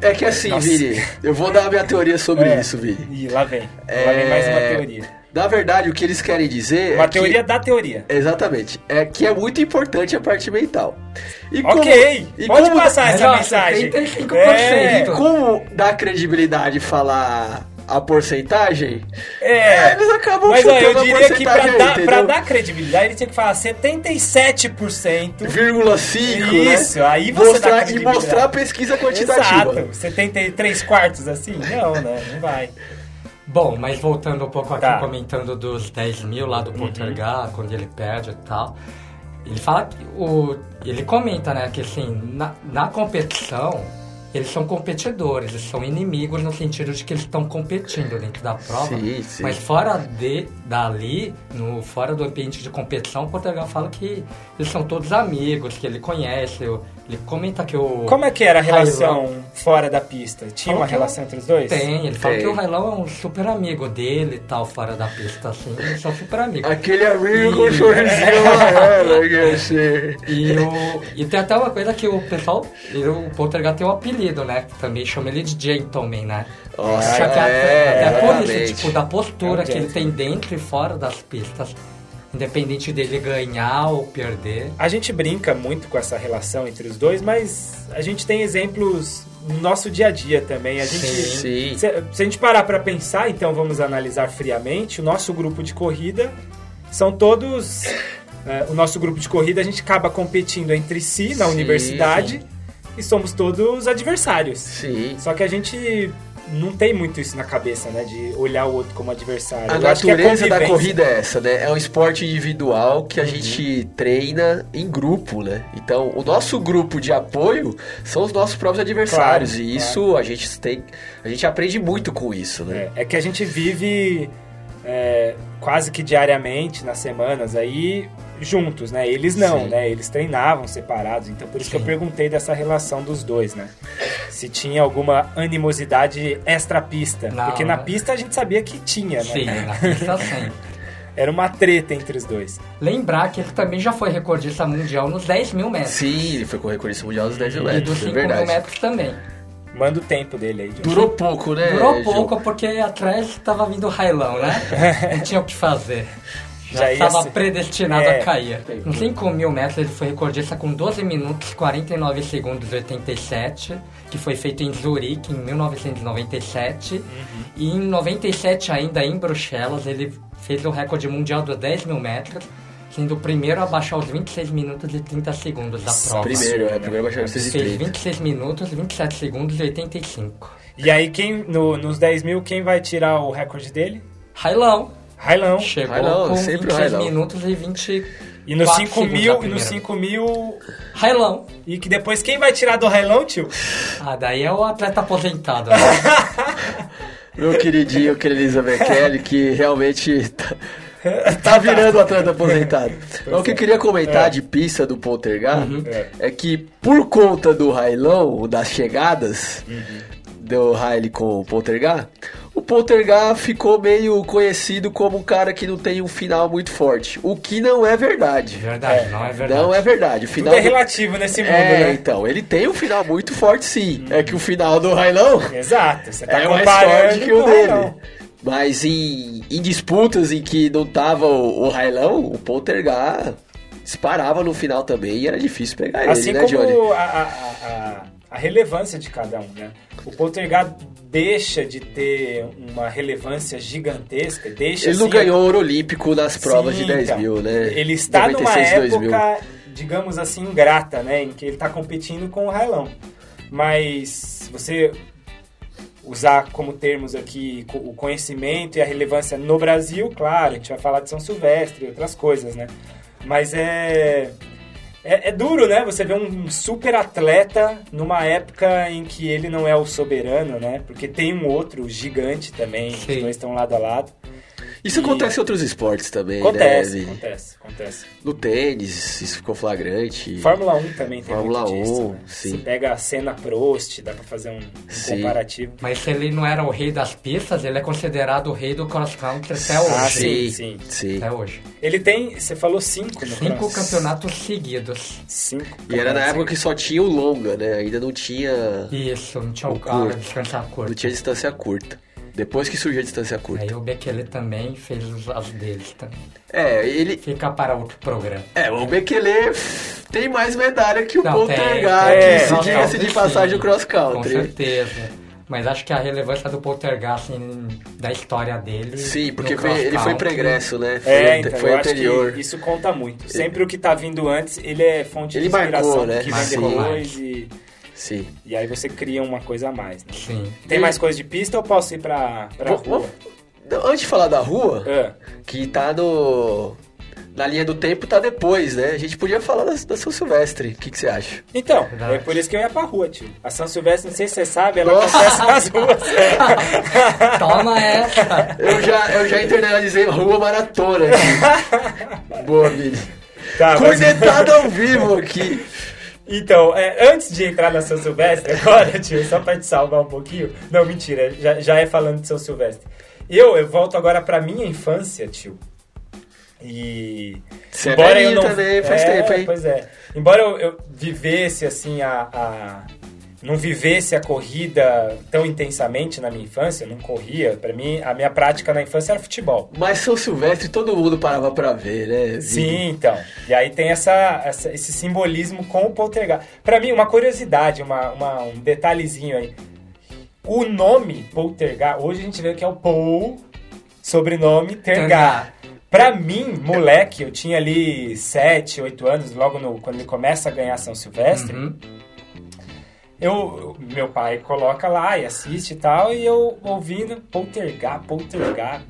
Speaker 5: É que assim,
Speaker 3: Nossa.
Speaker 5: Vini, eu vou dar a minha teoria sobre
Speaker 3: É.
Speaker 5: isso, Vini.
Speaker 3: Ih, lá vem. Lá
Speaker 5: É,
Speaker 3: vem mais uma teoria.
Speaker 5: Na verdade, o que eles querem dizer
Speaker 3: Uma
Speaker 5: é
Speaker 3: teoria
Speaker 5: que...
Speaker 3: da teoria.
Speaker 5: Exatamente. É que é muito importante a parte mental. E
Speaker 3: ok,
Speaker 5: como, e
Speaker 3: pode
Speaker 5: como,
Speaker 3: passar essa
Speaker 4: Melhor,
Speaker 3: mensagem.
Speaker 4: 75%.
Speaker 5: E
Speaker 3: É,
Speaker 5: então. como dar credibilidade e falar a porcentagem,
Speaker 3: é.
Speaker 5: eles acabam
Speaker 3: Mas ó, eu
Speaker 5: chutando a
Speaker 3: diria que pra,
Speaker 5: porcentagem aí,
Speaker 3: dar, pra
Speaker 5: entendeu?
Speaker 3: dar credibilidade, ele tinha que falar 77%.
Speaker 5: Vírgula 5,
Speaker 3: Isso,
Speaker 5: né?
Speaker 3: aí você dá
Speaker 5: mostrar, E
Speaker 3: credibilidade.
Speaker 5: mostrar a pesquisa quantitativa.
Speaker 3: Exato, 73 quartos assim? Não, né? Não vai.
Speaker 4: Bom, mas voltando um pouco aqui,
Speaker 3: Tá. Uhum.
Speaker 4: comentando dos 10 mil lá do Poltergar, quando ele perde e tal. Ele fala que o. Ele comenta, né, que assim, na, na competição, eles são competidores, eles são inimigos no sentido de que eles estão competindo dentro da prova.
Speaker 5: Sim, sim.
Speaker 4: Mas fora de, dali, no, fora do ambiente de competição, o Poltergar fala que eles são todos amigos, que ele conhece. o- Ele comenta que o.
Speaker 3: Como é que era a
Speaker 4: Railão-
Speaker 3: relação fora da pista? Tinha uma
Speaker 4: Como que
Speaker 3: relação entre os dois?
Speaker 4: Tem, ele fala
Speaker 5: Tem.
Speaker 4: que o Railão é um super amigo dele e tal, fora da pista, assim, eles são super amigos.
Speaker 5: Aquele amigo né, com
Speaker 4: Ih.
Speaker 5: sorrisinho amarelo, que assim.
Speaker 4: E, o, e tem até uma coisa que o pessoal, e o Poltergar tem um apelido, né? que Também chama ele de Gentleman, né?
Speaker 5: Nossa,
Speaker 4: Acho que
Speaker 5: é,
Speaker 4: até, até por
Speaker 5: exatamente.
Speaker 4: isso, tipo, da postura
Speaker 3: É um
Speaker 4: que ele tem dentro e fora das pistas. Independente dele ganhar ou perder.
Speaker 3: A gente brinca muito com essa relação entre os dois, mas a gente tem exemplos no nosso dia a dia também. A gente,
Speaker 5: Sim.
Speaker 3: Se, se a gente parar pra pensar, então vamos analisar friamente, o nosso grupo de corrida são todos. é, o nosso grupo de corrida a gente acaba competindo entre si na
Speaker 5: Sim,
Speaker 3: universidade e somos todos adversários.
Speaker 5: Sim.
Speaker 3: Só que a gente não tem muito isso na cabeça, né? De olhar o outro como adversário.
Speaker 5: A
Speaker 3: Eu acho que é
Speaker 5: natureza da
Speaker 3: convivência. Uhum.
Speaker 5: corrida é essa, né? É um esporte individual que a gente treina em grupo, né? Então, o nosso grupo de apoio são os nossos próprios adversários.
Speaker 3: Claro,
Speaker 5: e
Speaker 3: claro.
Speaker 5: isso a gente tem. A gente aprende muito com isso, né?
Speaker 3: É, é que a gente vive é, quase que diariamente, nas semanas aí, juntos, né? Eles não,
Speaker 5: Sim.
Speaker 3: né? Eles treinavam separados, então por isso que eu
Speaker 4: Sim.
Speaker 3: perguntei dessa relação dos dois, né? Se tinha alguma animosidade extra-pista.
Speaker 4: Não,
Speaker 3: Porque na
Speaker 4: né?
Speaker 3: pista a gente sabia que tinha,
Speaker 5: É,
Speaker 3: né?
Speaker 4: Sim, na pista sempre.
Speaker 3: Era uma treta entre os dois.
Speaker 4: Lembrar que ele também já foi recordista mundial nos 10 mil
Speaker 3: É.
Speaker 4: metros.
Speaker 5: Sim, ele foi com recurso mundial dos 10 mil
Speaker 4: E dos
Speaker 5: metros, é
Speaker 4: 5 mil
Speaker 5: verdade.
Speaker 4: metros também.
Speaker 3: Manda o tempo dele aí, John.
Speaker 5: Durou pouco, né?
Speaker 4: Durou
Speaker 3: É,
Speaker 5: Gil?
Speaker 4: pouco porque atrás tava vindo o railão, né? Não tinha o que fazer.
Speaker 3: Já
Speaker 4: Já
Speaker 3: ia
Speaker 4: estava
Speaker 3: ser-
Speaker 4: predestinado
Speaker 3: É.
Speaker 4: a cair. Nos 5 mil metros ele foi recordista com 12 minutos 49 segundos e 87, que foi feito em Zurique em 1997.
Speaker 3: Uhum.
Speaker 4: E em 97 ainda em Bruxelas ele fez o recorde mundial dos 10 mil metros, sendo o primeiro a baixar os 26 minutos e 30 segundos da prova.
Speaker 5: Primeiro, é, primeiro baixador de
Speaker 4: Fez
Speaker 5: 630.
Speaker 4: 26 minutos, 27 segundos e 85.
Speaker 3: E aí, quem no- nos 10 mil, quem vai tirar o recorde dele?
Speaker 4: Railão!
Speaker 3: Railão.
Speaker 4: Chegou
Speaker 5: Railão,
Speaker 4: com
Speaker 5: sempre o
Speaker 4: 26
Speaker 5: Railão.
Speaker 4: minutos e 20.
Speaker 3: E nos 5 mil, e
Speaker 4: no
Speaker 3: nos 5 mil.
Speaker 4: Railão.
Speaker 3: E que depois quem vai tirar do railão, tio?
Speaker 5: Tá
Speaker 4: Ah, daí é o atleta aposentado. né?
Speaker 5: Meu queridinho, querida Elizabeth Kelly, que realmente tá- tá virando o atleta aposentado. Mas o que eu queria comentar de pista do Poltergar é que por conta do railão, das chegadas do Riley com o Poltergar, o Poltergar ficou meio conhecido como um cara que não tem um final muito forte. O que não é verdade.
Speaker 4: Verdade, não é verdade.
Speaker 5: Não é verdade. O
Speaker 3: Tudo
Speaker 5: final
Speaker 3: é relativo nesse mundo,
Speaker 5: É,
Speaker 3: né?
Speaker 5: então, ele tem um final muito forte sim. É que o final do Railão
Speaker 3: Exato, você tá
Speaker 5: é mais forte
Speaker 3: comparando
Speaker 5: que o
Speaker 3: com
Speaker 5: dele.
Speaker 3: Railão.
Speaker 5: Mas em, em disputas em que não tava o, o Railão, o Poltergar disparava no final também e era difícil pegar
Speaker 3: Assim
Speaker 5: ele, né, Johnny?
Speaker 3: como a, a- a- a- a relevância de cada um, né? O Poltergar deixa de ter uma relevância gigantesca, deixa...
Speaker 5: Ele não
Speaker 3: assim,
Speaker 5: ganhou ouro olímpico nas provas
Speaker 3: Sim,
Speaker 5: de 10
Speaker 3: então.
Speaker 5: mil, né?
Speaker 3: Ele está numa
Speaker 5: 96, 2000.
Speaker 3: época, digamos assim, ingrata, né? Em que ele está competindo com o Railão. Mas se você usar como termos aqui co- o conhecimento e a relevância no Brasil, claro, a gente vai falar de São Silvestre e outras coisas, né? Mas é. É, é duro, né? Você vê um super atleta numa época em que ele não é o soberano, né? Porque tem um outro gigante também,
Speaker 4: Sim.
Speaker 3: os dois estão lado a lado.
Speaker 5: Isso acontece em outros esportes também,
Speaker 3: Acontece,
Speaker 5: né? Vini?
Speaker 3: acontece, acontece.
Speaker 5: No tênis, isso ficou flagrante.
Speaker 3: Fórmula 1 também tem
Speaker 5: Fórmula
Speaker 3: muito disso.
Speaker 5: 1,
Speaker 3: né?
Speaker 5: sim.
Speaker 3: Você pega a cena Prost, dá pra fazer um, um
Speaker 5: Sim.
Speaker 3: comparativo.
Speaker 5: é-
Speaker 4: Mas se ele não era o rei das pistas, ele é considerado o rei do cross country até
Speaker 3: Ah,
Speaker 4: hoje.
Speaker 3: sim, sim.
Speaker 5: sim, sim.
Speaker 4: Até hoje.
Speaker 3: Ele tem, você falou cinco no
Speaker 4: Cinco
Speaker 3: cross.
Speaker 4: campeonatos seguidos.
Speaker 3: Cinco.
Speaker 5: E era na
Speaker 3: campeonatos.
Speaker 5: época que só tinha o longa, né? Ainda não tinha,
Speaker 4: Isso, não tinha
Speaker 5: O
Speaker 4: o carro
Speaker 5: curto.
Speaker 4: de descansar
Speaker 5: não
Speaker 4: curto.
Speaker 5: tinha distância curta. Depois que surgiu a distância curta.
Speaker 4: Aí o Bekele também fez os- as deles também.
Speaker 5: É, ele,
Speaker 4: Fica para outro programa.
Speaker 5: É, o Bekele tem mais medalha que o
Speaker 4: Não, tem,
Speaker 5: Poltergar,
Speaker 4: tem.
Speaker 3: é,
Speaker 5: que se
Speaker 4: Cross
Speaker 5: diga-se
Speaker 4: country,
Speaker 5: de passagem
Speaker 4: sim,
Speaker 5: o cross
Speaker 4: Com
Speaker 5: country.
Speaker 4: certeza. Mas acho que a relevância do Poltergar, assim, da história dele.
Speaker 5: Sim, porque
Speaker 4: no
Speaker 5: foi-
Speaker 4: cross
Speaker 5: ele foi
Speaker 4: country,
Speaker 5: pregresso, né? Foi,
Speaker 3: É, então,
Speaker 5: foi
Speaker 3: eu acho
Speaker 5: anterior.
Speaker 3: que isso conta muito. Sempre o que tá vindo antes, ele é fonte
Speaker 5: Ele
Speaker 3: de inspiração
Speaker 5: marcou,
Speaker 3: do
Speaker 5: né?
Speaker 3: que
Speaker 4: Marcou.
Speaker 3: vem depois e,
Speaker 5: Sim.
Speaker 3: e aí você cria uma coisa a mais, né?
Speaker 4: Sim.
Speaker 3: Tem mais coisa de pista ou posso ir pra, pra
Speaker 5: Vou-
Speaker 3: é rua?
Speaker 5: vou- Antes de falar da rua,
Speaker 3: Ah,
Speaker 5: que tá no. Na linha do tempo tá depois, né? A gente podia falar da, da São Silvestre. O que, que você acha?
Speaker 3: Então,
Speaker 4: Verdade.
Speaker 3: é por isso que eu ia pra rua, tio. A São Silvestre, não sei se você sabe, ela
Speaker 5: Nossa.
Speaker 3: acontece nas ruas.
Speaker 4: Toma é. essa!
Speaker 5: Eu já, eu já internalizei Rua Maratona aqui. Boa, Vini.
Speaker 3: tá, mas-
Speaker 5: é Cornetado ao vivo aqui.
Speaker 3: Então, é, antes de entrar na São Silvestre, agora, tio, só pra te salvar um pouquinho. Não, mentira, já, já é falando de São Silvestre. Eu, eu volto agora pra minha infância, tio. E.
Speaker 5: Você é velhinho também, faz
Speaker 3: É,
Speaker 5: tempo, hein?
Speaker 3: Pois é. Embora eu, eu vivesse, assim, a, a- Não vivesse a corrida tão intensamente na minha infância, eu não corria. Pra mim, a minha prática na infância era futebol.
Speaker 5: Mas São Silvestre todo mundo parava pra ver, né? Vini?
Speaker 3: Sim, então. E aí tem essa, essa- esse simbolismo com o poltergeist. Pra mim, uma curiosidade, uma, uma- um detalhezinho aí. O nome poltergeist, hoje a gente vê que é o Paul, sobrenome Tergar. Pra mim, moleque, eu tinha ali 7, 8 anos, logo no- quando ele começa a ganhar São Silvestre,
Speaker 4: Uhum.
Speaker 3: eu, meu pai coloca lá e assiste e tal, e eu ouvindo poltergar, poltergar.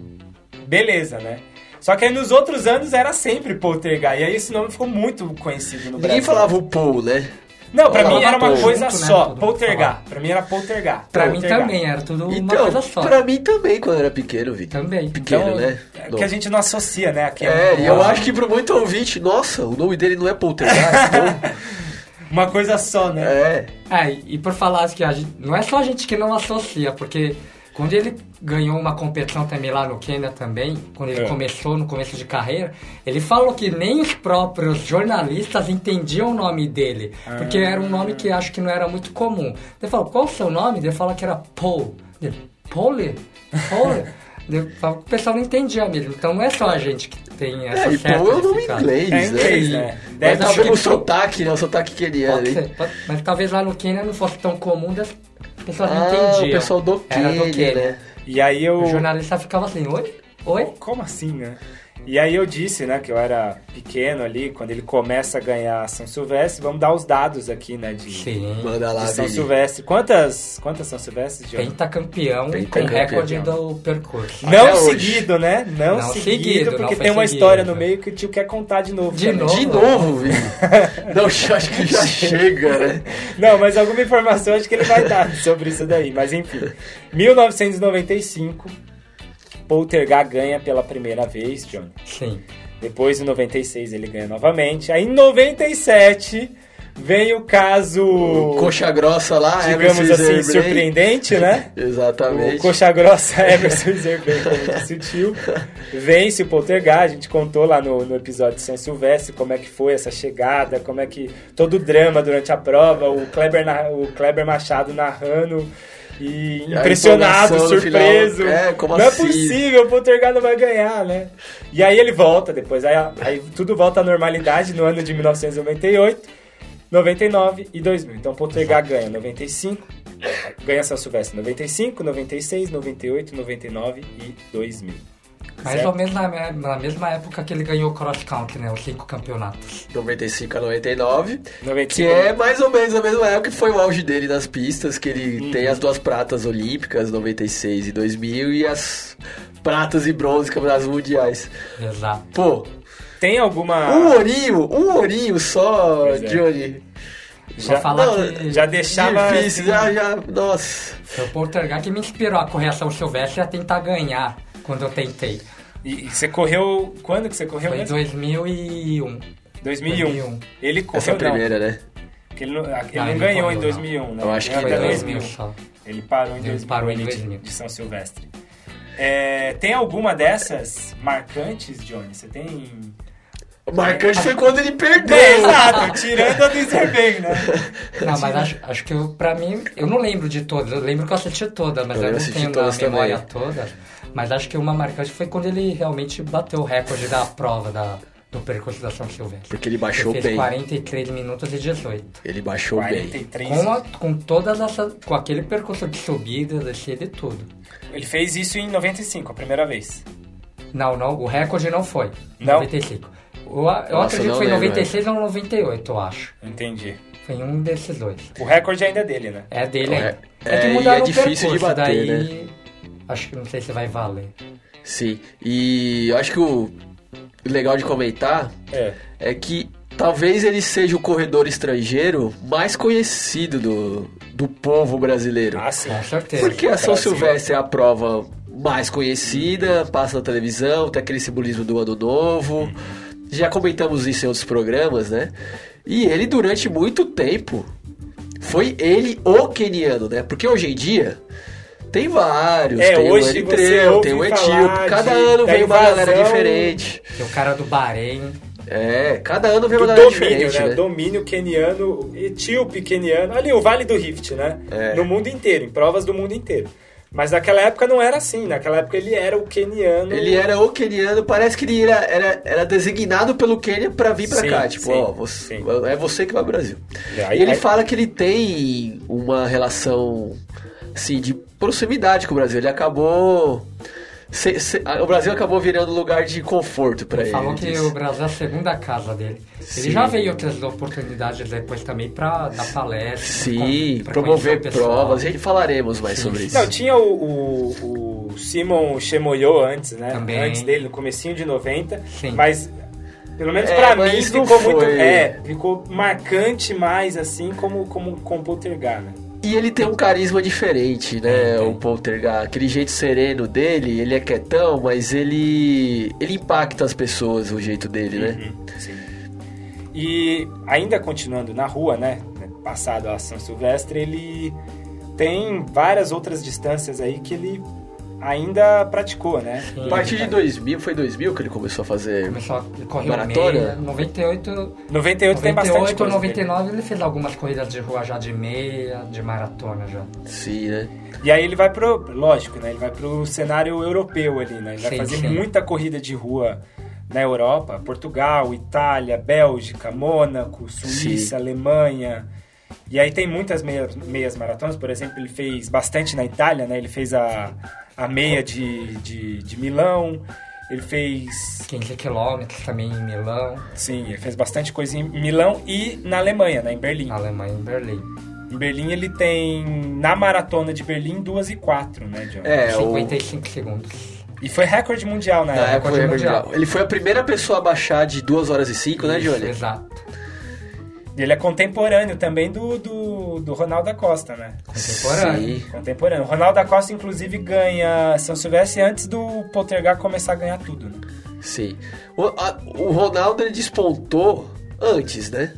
Speaker 3: Beleza, né? Só que aí nos outros anos era sempre poltergar, e aí esse nome ficou muito conhecido no
Speaker 5: Ninguém
Speaker 3: Brasil.
Speaker 5: falava o Paul, né?
Speaker 3: Não, pra
Speaker 5: falava
Speaker 3: mim era uma
Speaker 5: Paul.
Speaker 3: coisa
Speaker 4: Junto, né?
Speaker 3: só,
Speaker 4: Todo mundo
Speaker 3: poltergar.
Speaker 4: falava.
Speaker 3: Pra mim era poltergar.
Speaker 4: Pra mim
Speaker 3: poltergar.
Speaker 4: também, é era tudo uma
Speaker 5: Então,
Speaker 4: coisa só.
Speaker 5: pra mim também, quando era pequeno, Vitor.
Speaker 4: Também.
Speaker 5: Pequeno,
Speaker 3: Então,
Speaker 5: né?
Speaker 3: é
Speaker 5: Não.
Speaker 3: Que a gente não associa, né? Aqui
Speaker 5: É, e
Speaker 3: uma-
Speaker 5: eu acho que pro muito ouvinte, nossa, o nome dele não é Poltergeist, então,
Speaker 3: Uma coisa só, né?
Speaker 5: é.
Speaker 4: Ah, e e por falar que a gente, não é só a gente que não associa, porque quando ele ganhou uma competição também lá no Quênia também, quando ele
Speaker 3: É.
Speaker 4: começou no começo de carreira, ele falou que nem os próprios jornalistas entendiam o nome dele,
Speaker 5: É.
Speaker 4: porque era um nome que acho que não era muito comum. Ele falou, qual o seu nome? Ele falou que era Paul. Ele, Pole? Pole? Ele falou que o pessoal não entendia mesmo, então não é só a gente que tem essa
Speaker 5: É, e
Speaker 4: certa
Speaker 5: Paul é o nome
Speaker 4: dificuldade.
Speaker 5: inglês,
Speaker 3: É inglês,
Speaker 5: né?
Speaker 3: né?
Speaker 5: E-
Speaker 3: Deve
Speaker 5: Mas
Speaker 4: tá
Speaker 5: tá pelo
Speaker 4: bem-
Speaker 5: sotaque, né? O sotaque queniano,
Speaker 4: Pode
Speaker 5: hein?
Speaker 4: ser, pode- mas talvez lá no Quênia não fosse tão comum das pessoas não
Speaker 5: Ah,
Speaker 4: entendiam.
Speaker 5: o pessoal do
Speaker 4: Era do
Speaker 5: Quênia,
Speaker 4: Quênia.
Speaker 5: né?
Speaker 3: E aí eu.
Speaker 4: O jornalista ficava assim, oi? Oi?
Speaker 3: Como assim, né? E aí eu disse, né, que eu era pequeno ali, quando ele começa a ganhar São Silvestre, vamos dar os dados aqui, né, de,
Speaker 4: Sim.
Speaker 5: Manda lá,
Speaker 3: de São
Speaker 5: Vini.
Speaker 3: Silvestre. Quantas, quantas São Silvestres, Diogo?
Speaker 4: Pentacampeão com
Speaker 5: Pentacampeão.
Speaker 4: recorde do percurso.
Speaker 3: Não
Speaker 5: Até hoje.
Speaker 3: seguido, né? Não,
Speaker 4: Não
Speaker 3: seguido,
Speaker 4: seguido, não
Speaker 3: porque
Speaker 4: foi
Speaker 3: tem uma
Speaker 4: seguido.
Speaker 3: história no meio que o tio quer contar de novo.
Speaker 4: De
Speaker 3: também.
Speaker 4: novo?
Speaker 5: De novo, Vini. Não, já- acho que já chega, né?
Speaker 3: Não, mas alguma informação acho que ele vai dar sobre isso daí, mas enfim. 1995, Poltergar ganha pela primeira vez, Johnny.
Speaker 4: Sim.
Speaker 3: Depois, em 96, ele ganha novamente. Aí, em 97, vem o caso,
Speaker 5: Coxa grossa lá,
Speaker 3: digamos
Speaker 5: Emerson
Speaker 3: assim,
Speaker 5: Zerbrand.
Speaker 3: surpreendente, né? O
Speaker 5: Exatamente.
Speaker 3: Coxa Grossa é Emerson Zerben, como eu disse o tio, vence o Poltergar. A gente contou lá no, no episódio de São Silvestre como é que foi essa chegada, como é que. todo o drama durante a prova, o Kleber, na- o Kleber Machado narrando. E
Speaker 5: a
Speaker 3: impressionado,
Speaker 5: empolgação no
Speaker 3: surpreso.
Speaker 5: final. É, como
Speaker 3: não
Speaker 5: assim?
Speaker 3: é possível, o Poltergar não vai ganhar, né? E aí ele volta depois, aí, aí tudo volta à normalidade no ano de 1998. 99 e 2000. Então, Poltergar ganha 95, ganha São Silvestre 95, 96, 98, 99 e 2000.
Speaker 4: Mais
Speaker 3: Certo?
Speaker 4: ou menos na, me- na mesma época que ele ganhou o cross country, né? Os cinco campeonatos.
Speaker 5: 95 a 99.
Speaker 3: 95.
Speaker 5: Que é mais ou menos a mesma época que foi o auge dele nas pistas, que ele
Speaker 3: Uhum.
Speaker 5: tem as duas pratas olímpicas, 96 e 2000, e as pratas e bronze campeonatos mundiais.
Speaker 4: Exato.
Speaker 5: Pô,
Speaker 3: Tem alguma.
Speaker 5: um ourinho, um ourinho só,
Speaker 3: Ah. Pois é.
Speaker 5: Johnny.
Speaker 4: Só
Speaker 3: Já-
Speaker 4: falar
Speaker 5: não,
Speaker 4: que
Speaker 3: Já deixava.
Speaker 5: Difícil,
Speaker 3: assim,
Speaker 5: já, já, nossa.
Speaker 4: foi o Poltergar que me inspirou a correção Silvestre a tentar ganhar quando eu tentei.
Speaker 3: E, e você correu. Quando que você correu
Speaker 4: Foi em
Speaker 3: mesmo?
Speaker 4: 2001.
Speaker 3: 2001.
Speaker 4: 2001.
Speaker 3: Ele correu.
Speaker 5: Essa
Speaker 3: não.
Speaker 5: primeira, né?
Speaker 3: Porque ele não, ele
Speaker 4: Não,
Speaker 3: não
Speaker 4: um. Ah, ele
Speaker 3: ganhou
Speaker 4: correu,
Speaker 3: em
Speaker 4: não.
Speaker 3: 2001, né?
Speaker 5: Eu acho que
Speaker 3: Ele
Speaker 4: Foi
Speaker 5: Até
Speaker 4: em
Speaker 3: ganhou em
Speaker 4: 2000 só.
Speaker 3: Ele parou em
Speaker 4: Ele
Speaker 3: 2000.
Speaker 4: parou em
Speaker 3: ele de-
Speaker 4: 2000.
Speaker 3: De São Silvestre. É, tem alguma dessas marcantes, Johnny? Você tem.
Speaker 5: O marcante foi quando ele perdeu.
Speaker 3: É, exato, tirando a do Zerben, né?
Speaker 4: Não, mas acho, acho que eu, pra mim, eu não lembro de todas. Eu lembro que eu assisti todas, mas
Speaker 5: Eu
Speaker 4: eu, não
Speaker 5: assisti
Speaker 4: tenho na
Speaker 5: todas
Speaker 4: memória
Speaker 5: também.
Speaker 4: toda. Mas acho que uma marcante foi quando ele realmente bateu o recorde da prova da, do percurso da São Silvestre.
Speaker 5: Porque ele baixou
Speaker 4: fez
Speaker 5: bem.
Speaker 4: 43 minutos e 18.
Speaker 5: Ele baixou bem.
Speaker 3: 43.
Speaker 4: Com, a- com todas essas. Com aquele percurso de subida, descida e tudo.
Speaker 3: Ele fez isso em 95, a primeira vez.
Speaker 4: Não, não, o recorde não foi.
Speaker 3: Não?
Speaker 4: 95. Eu, a- eu
Speaker 5: Nossa,
Speaker 4: acredito
Speaker 5: não
Speaker 4: que foi
Speaker 5: lembro,
Speaker 4: 96 ou 98, eu acho.
Speaker 3: Entendi.
Speaker 4: Foi um desses dois.
Speaker 3: O recorde ainda é dele, né?
Speaker 4: É dele
Speaker 5: É,
Speaker 4: ainda.
Speaker 5: é,
Speaker 4: que
Speaker 5: e
Speaker 4: mudaram
Speaker 5: é
Speaker 4: o
Speaker 5: difícil de
Speaker 4: percurso,
Speaker 5: bater, né?
Speaker 4: daí... Acho que não sei se vai valer.
Speaker 5: Sim. E eu acho que o legal de comentar
Speaker 3: É.
Speaker 5: é que talvez ele seja o corredor estrangeiro mais conhecido do, do povo brasileiro.
Speaker 3: Ah, sim.
Speaker 4: Com certeza.
Speaker 5: Porque a São
Speaker 3: Brasil.
Speaker 5: Silvestre é a prova mais conhecida, passa na televisão, tem aquele simbolismo do ano novo. Já comentamos isso em outros programas, né? E ele, durante muito tempo, foi ele o keniano, né? Porque hoje em dia. Tem vários,
Speaker 3: É, hoje
Speaker 5: tem o
Speaker 3: você
Speaker 5: Eritreu,
Speaker 3: ouve
Speaker 5: tem o
Speaker 3: falar
Speaker 5: Etíope, cada
Speaker 3: de-
Speaker 5: ano
Speaker 3: da
Speaker 5: vem uma
Speaker 3: invasão
Speaker 5: galera diferente.
Speaker 4: Tem o cara do Bahrein.
Speaker 5: É, cada ano vem
Speaker 3: Do
Speaker 5: uma galera
Speaker 3: domínio,
Speaker 5: diferente,
Speaker 3: né?
Speaker 5: né?
Speaker 3: Domínio queniano, etíope queniano. Ali, o Vale do Rift, né?
Speaker 5: É.
Speaker 3: No mundo inteiro, em provas do mundo inteiro. Mas naquela época não era assim. Naquela época ele era o queniano.
Speaker 5: Ele era o keniano, parece que ele era, era, era designado pelo Quênia pra vir pra
Speaker 3: Sim,
Speaker 5: cá. Tipo,
Speaker 3: sim,
Speaker 5: ó, você-
Speaker 3: sim. É,
Speaker 5: é você que vai pro Brasil.
Speaker 3: Aí-
Speaker 5: e ele
Speaker 3: aí-
Speaker 5: fala que ele tem uma relação, assim, de proximidade com o Brasil. Ele acabou... se- se- a- o Brasil acabou virando lugar de conforto pra
Speaker 4: Ele
Speaker 5: ele.
Speaker 4: falou que
Speaker 5: diz.
Speaker 4: o Brasil é a segunda casa dele.
Speaker 5: Sim.
Speaker 4: Ele já veio outras oportunidades depois também pra dar palestra.
Speaker 5: Sim,
Speaker 4: pra conhecer
Speaker 5: promover
Speaker 4: o pessoal.
Speaker 5: provas. A gente falaremos mais
Speaker 4: Sim.
Speaker 5: sobre isso.
Speaker 3: Não, tinha o, o, o Simon Chemoyô antes, né?
Speaker 4: Também.
Speaker 3: Antes dele, no comecinho de 90.
Speaker 4: Sim.
Speaker 3: Mas, pelo menos
Speaker 5: É,
Speaker 3: pra
Speaker 5: mas
Speaker 3: mim,
Speaker 5: não
Speaker 3: ficou muito...
Speaker 5: foi.
Speaker 3: É, ficou marcante mais, assim, como, como, como Poltergar, né?
Speaker 5: E ele tem um carisma diferente, né?
Speaker 3: Tem, tem.
Speaker 5: O Poltergar, aquele jeito sereno dele, ele é quietão, mas ele ele impacta as pessoas o jeito dele, né?
Speaker 3: Sim. E ainda continuando na rua, né? Passado a São Silvestre, ele tem várias outras distâncias aí que ele ainda praticou, né?
Speaker 5: A partir de 2000, foi 2000 que ele começou a fazer.
Speaker 4: Começou a correr
Speaker 5: Maratona?
Speaker 4: o meia. 98, 98,
Speaker 3: 98 tem bastante coisa.
Speaker 4: 99 ele fez algumas corridas de rua já de meia, de maratona já.
Speaker 5: Sim, né?
Speaker 3: E aí ele vai pro, lógico, né? Ele vai pro cenário europeu ali, né? Ele vai
Speaker 4: Sim,
Speaker 3: fazer
Speaker 4: sim.
Speaker 3: muita corrida de rua na Europa, Portugal, Itália, Bélgica, Mônaco, Suíça, Alemanha. E aí tem muitas meias, meias maratonas, por exemplo, ele fez bastante na Itália, né? Ele fez a, a meia de, de, de Milão, ele fez.
Speaker 4: 15 quilômetros também em Milão,
Speaker 3: Sim, ele fez bastante coisa em Milão e na Alemanha, né? Em Berlim.
Speaker 4: na Alemanha, em Berlim.
Speaker 3: Em Berlim ele tem, na maratona de Berlim, 2 e 4, né, John?
Speaker 5: É, o,
Speaker 4: 55 segundos.
Speaker 3: E foi recorde mundial na
Speaker 5: na
Speaker 4: é,
Speaker 3: época.
Speaker 5: época foi
Speaker 4: mundial.
Speaker 5: mundial. Ele foi a primeira pessoa a baixar de 2 horas e 5, né,
Speaker 4: Isso,
Speaker 5: Johnny?
Speaker 4: Exato.
Speaker 3: Ele é contemporâneo também do, do, do Ronaldo da Costa, né? É
Speaker 4: Contemporâneo.
Speaker 5: Sim.
Speaker 3: Contemporâneo. O Ronaldo da Costa, inclusive, ganha São Silvestre antes do Poltergar começar a ganhar tudo, né?
Speaker 5: Sim. O, a- o Ronaldo ele despontou antes, né?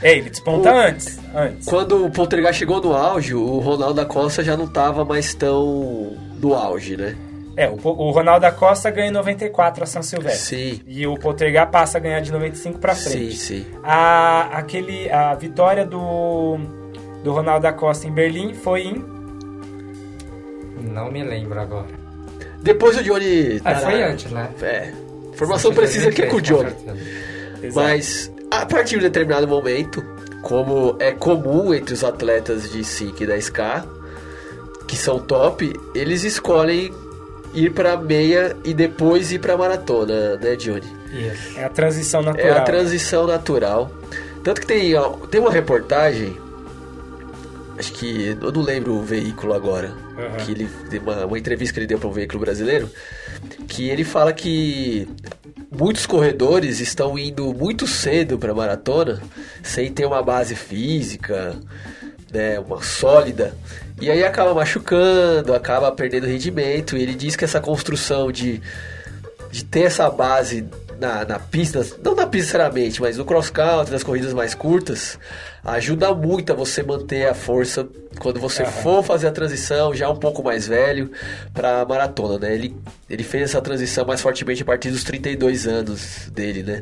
Speaker 3: É, ele desponta
Speaker 5: O-
Speaker 3: antes. Antes.
Speaker 5: Quando o Poltergar chegou no auge, o Ronaldo da Costa já não tava mais tão no auge, né?
Speaker 3: É, o, Po- o Ronaldo da Costa ganha em 94 a São
Speaker 5: É.
Speaker 3: Silvestre.
Speaker 5: Sim,
Speaker 3: E o Poltergar passa a ganhar de 95 pra
Speaker 5: sim,
Speaker 3: frente.
Speaker 5: sim.
Speaker 3: A, aquele, a vitória do, do Ronaldo da Costa em Berlim foi em.
Speaker 4: Não me lembro agora.
Speaker 5: Depois o Johnny... tá
Speaker 4: Ah, foi antes, né?
Speaker 5: É. Formação precisa que é com o Johnny. Mas a partir de um determinado momento, como é comum entre os atletas de 5 e 10K, que são top, eles escolhem ir pra meia e depois ir pra maratona, né, Johnny?
Speaker 4: Isso.
Speaker 3: É a transição
Speaker 5: É
Speaker 3: natural.
Speaker 5: a transição natural. Tanto que tem, ó, tem uma reportagem, acho que eu não lembro o veículo agora,
Speaker 3: Aham.
Speaker 5: que ele deu uma, uma entrevista que ele deu para um veículo brasileiro, que ele fala que muitos corredores estão indo muito cedo para maratona sem ter uma base física, né, uma sólida. E aí acaba machucando, acaba perdendo rendimento. E ele diz que essa construção de de ter essa base na, na pista, não na pista sinceramente, mas no cross-country, nas corridas mais curtas, ajuda muito a você manter a força quando você for fazer a transição, já um pouco mais velho, pra maratona, né? Ele, ele fez essa transição mais fortemente a partir dos 32 anos dele, né?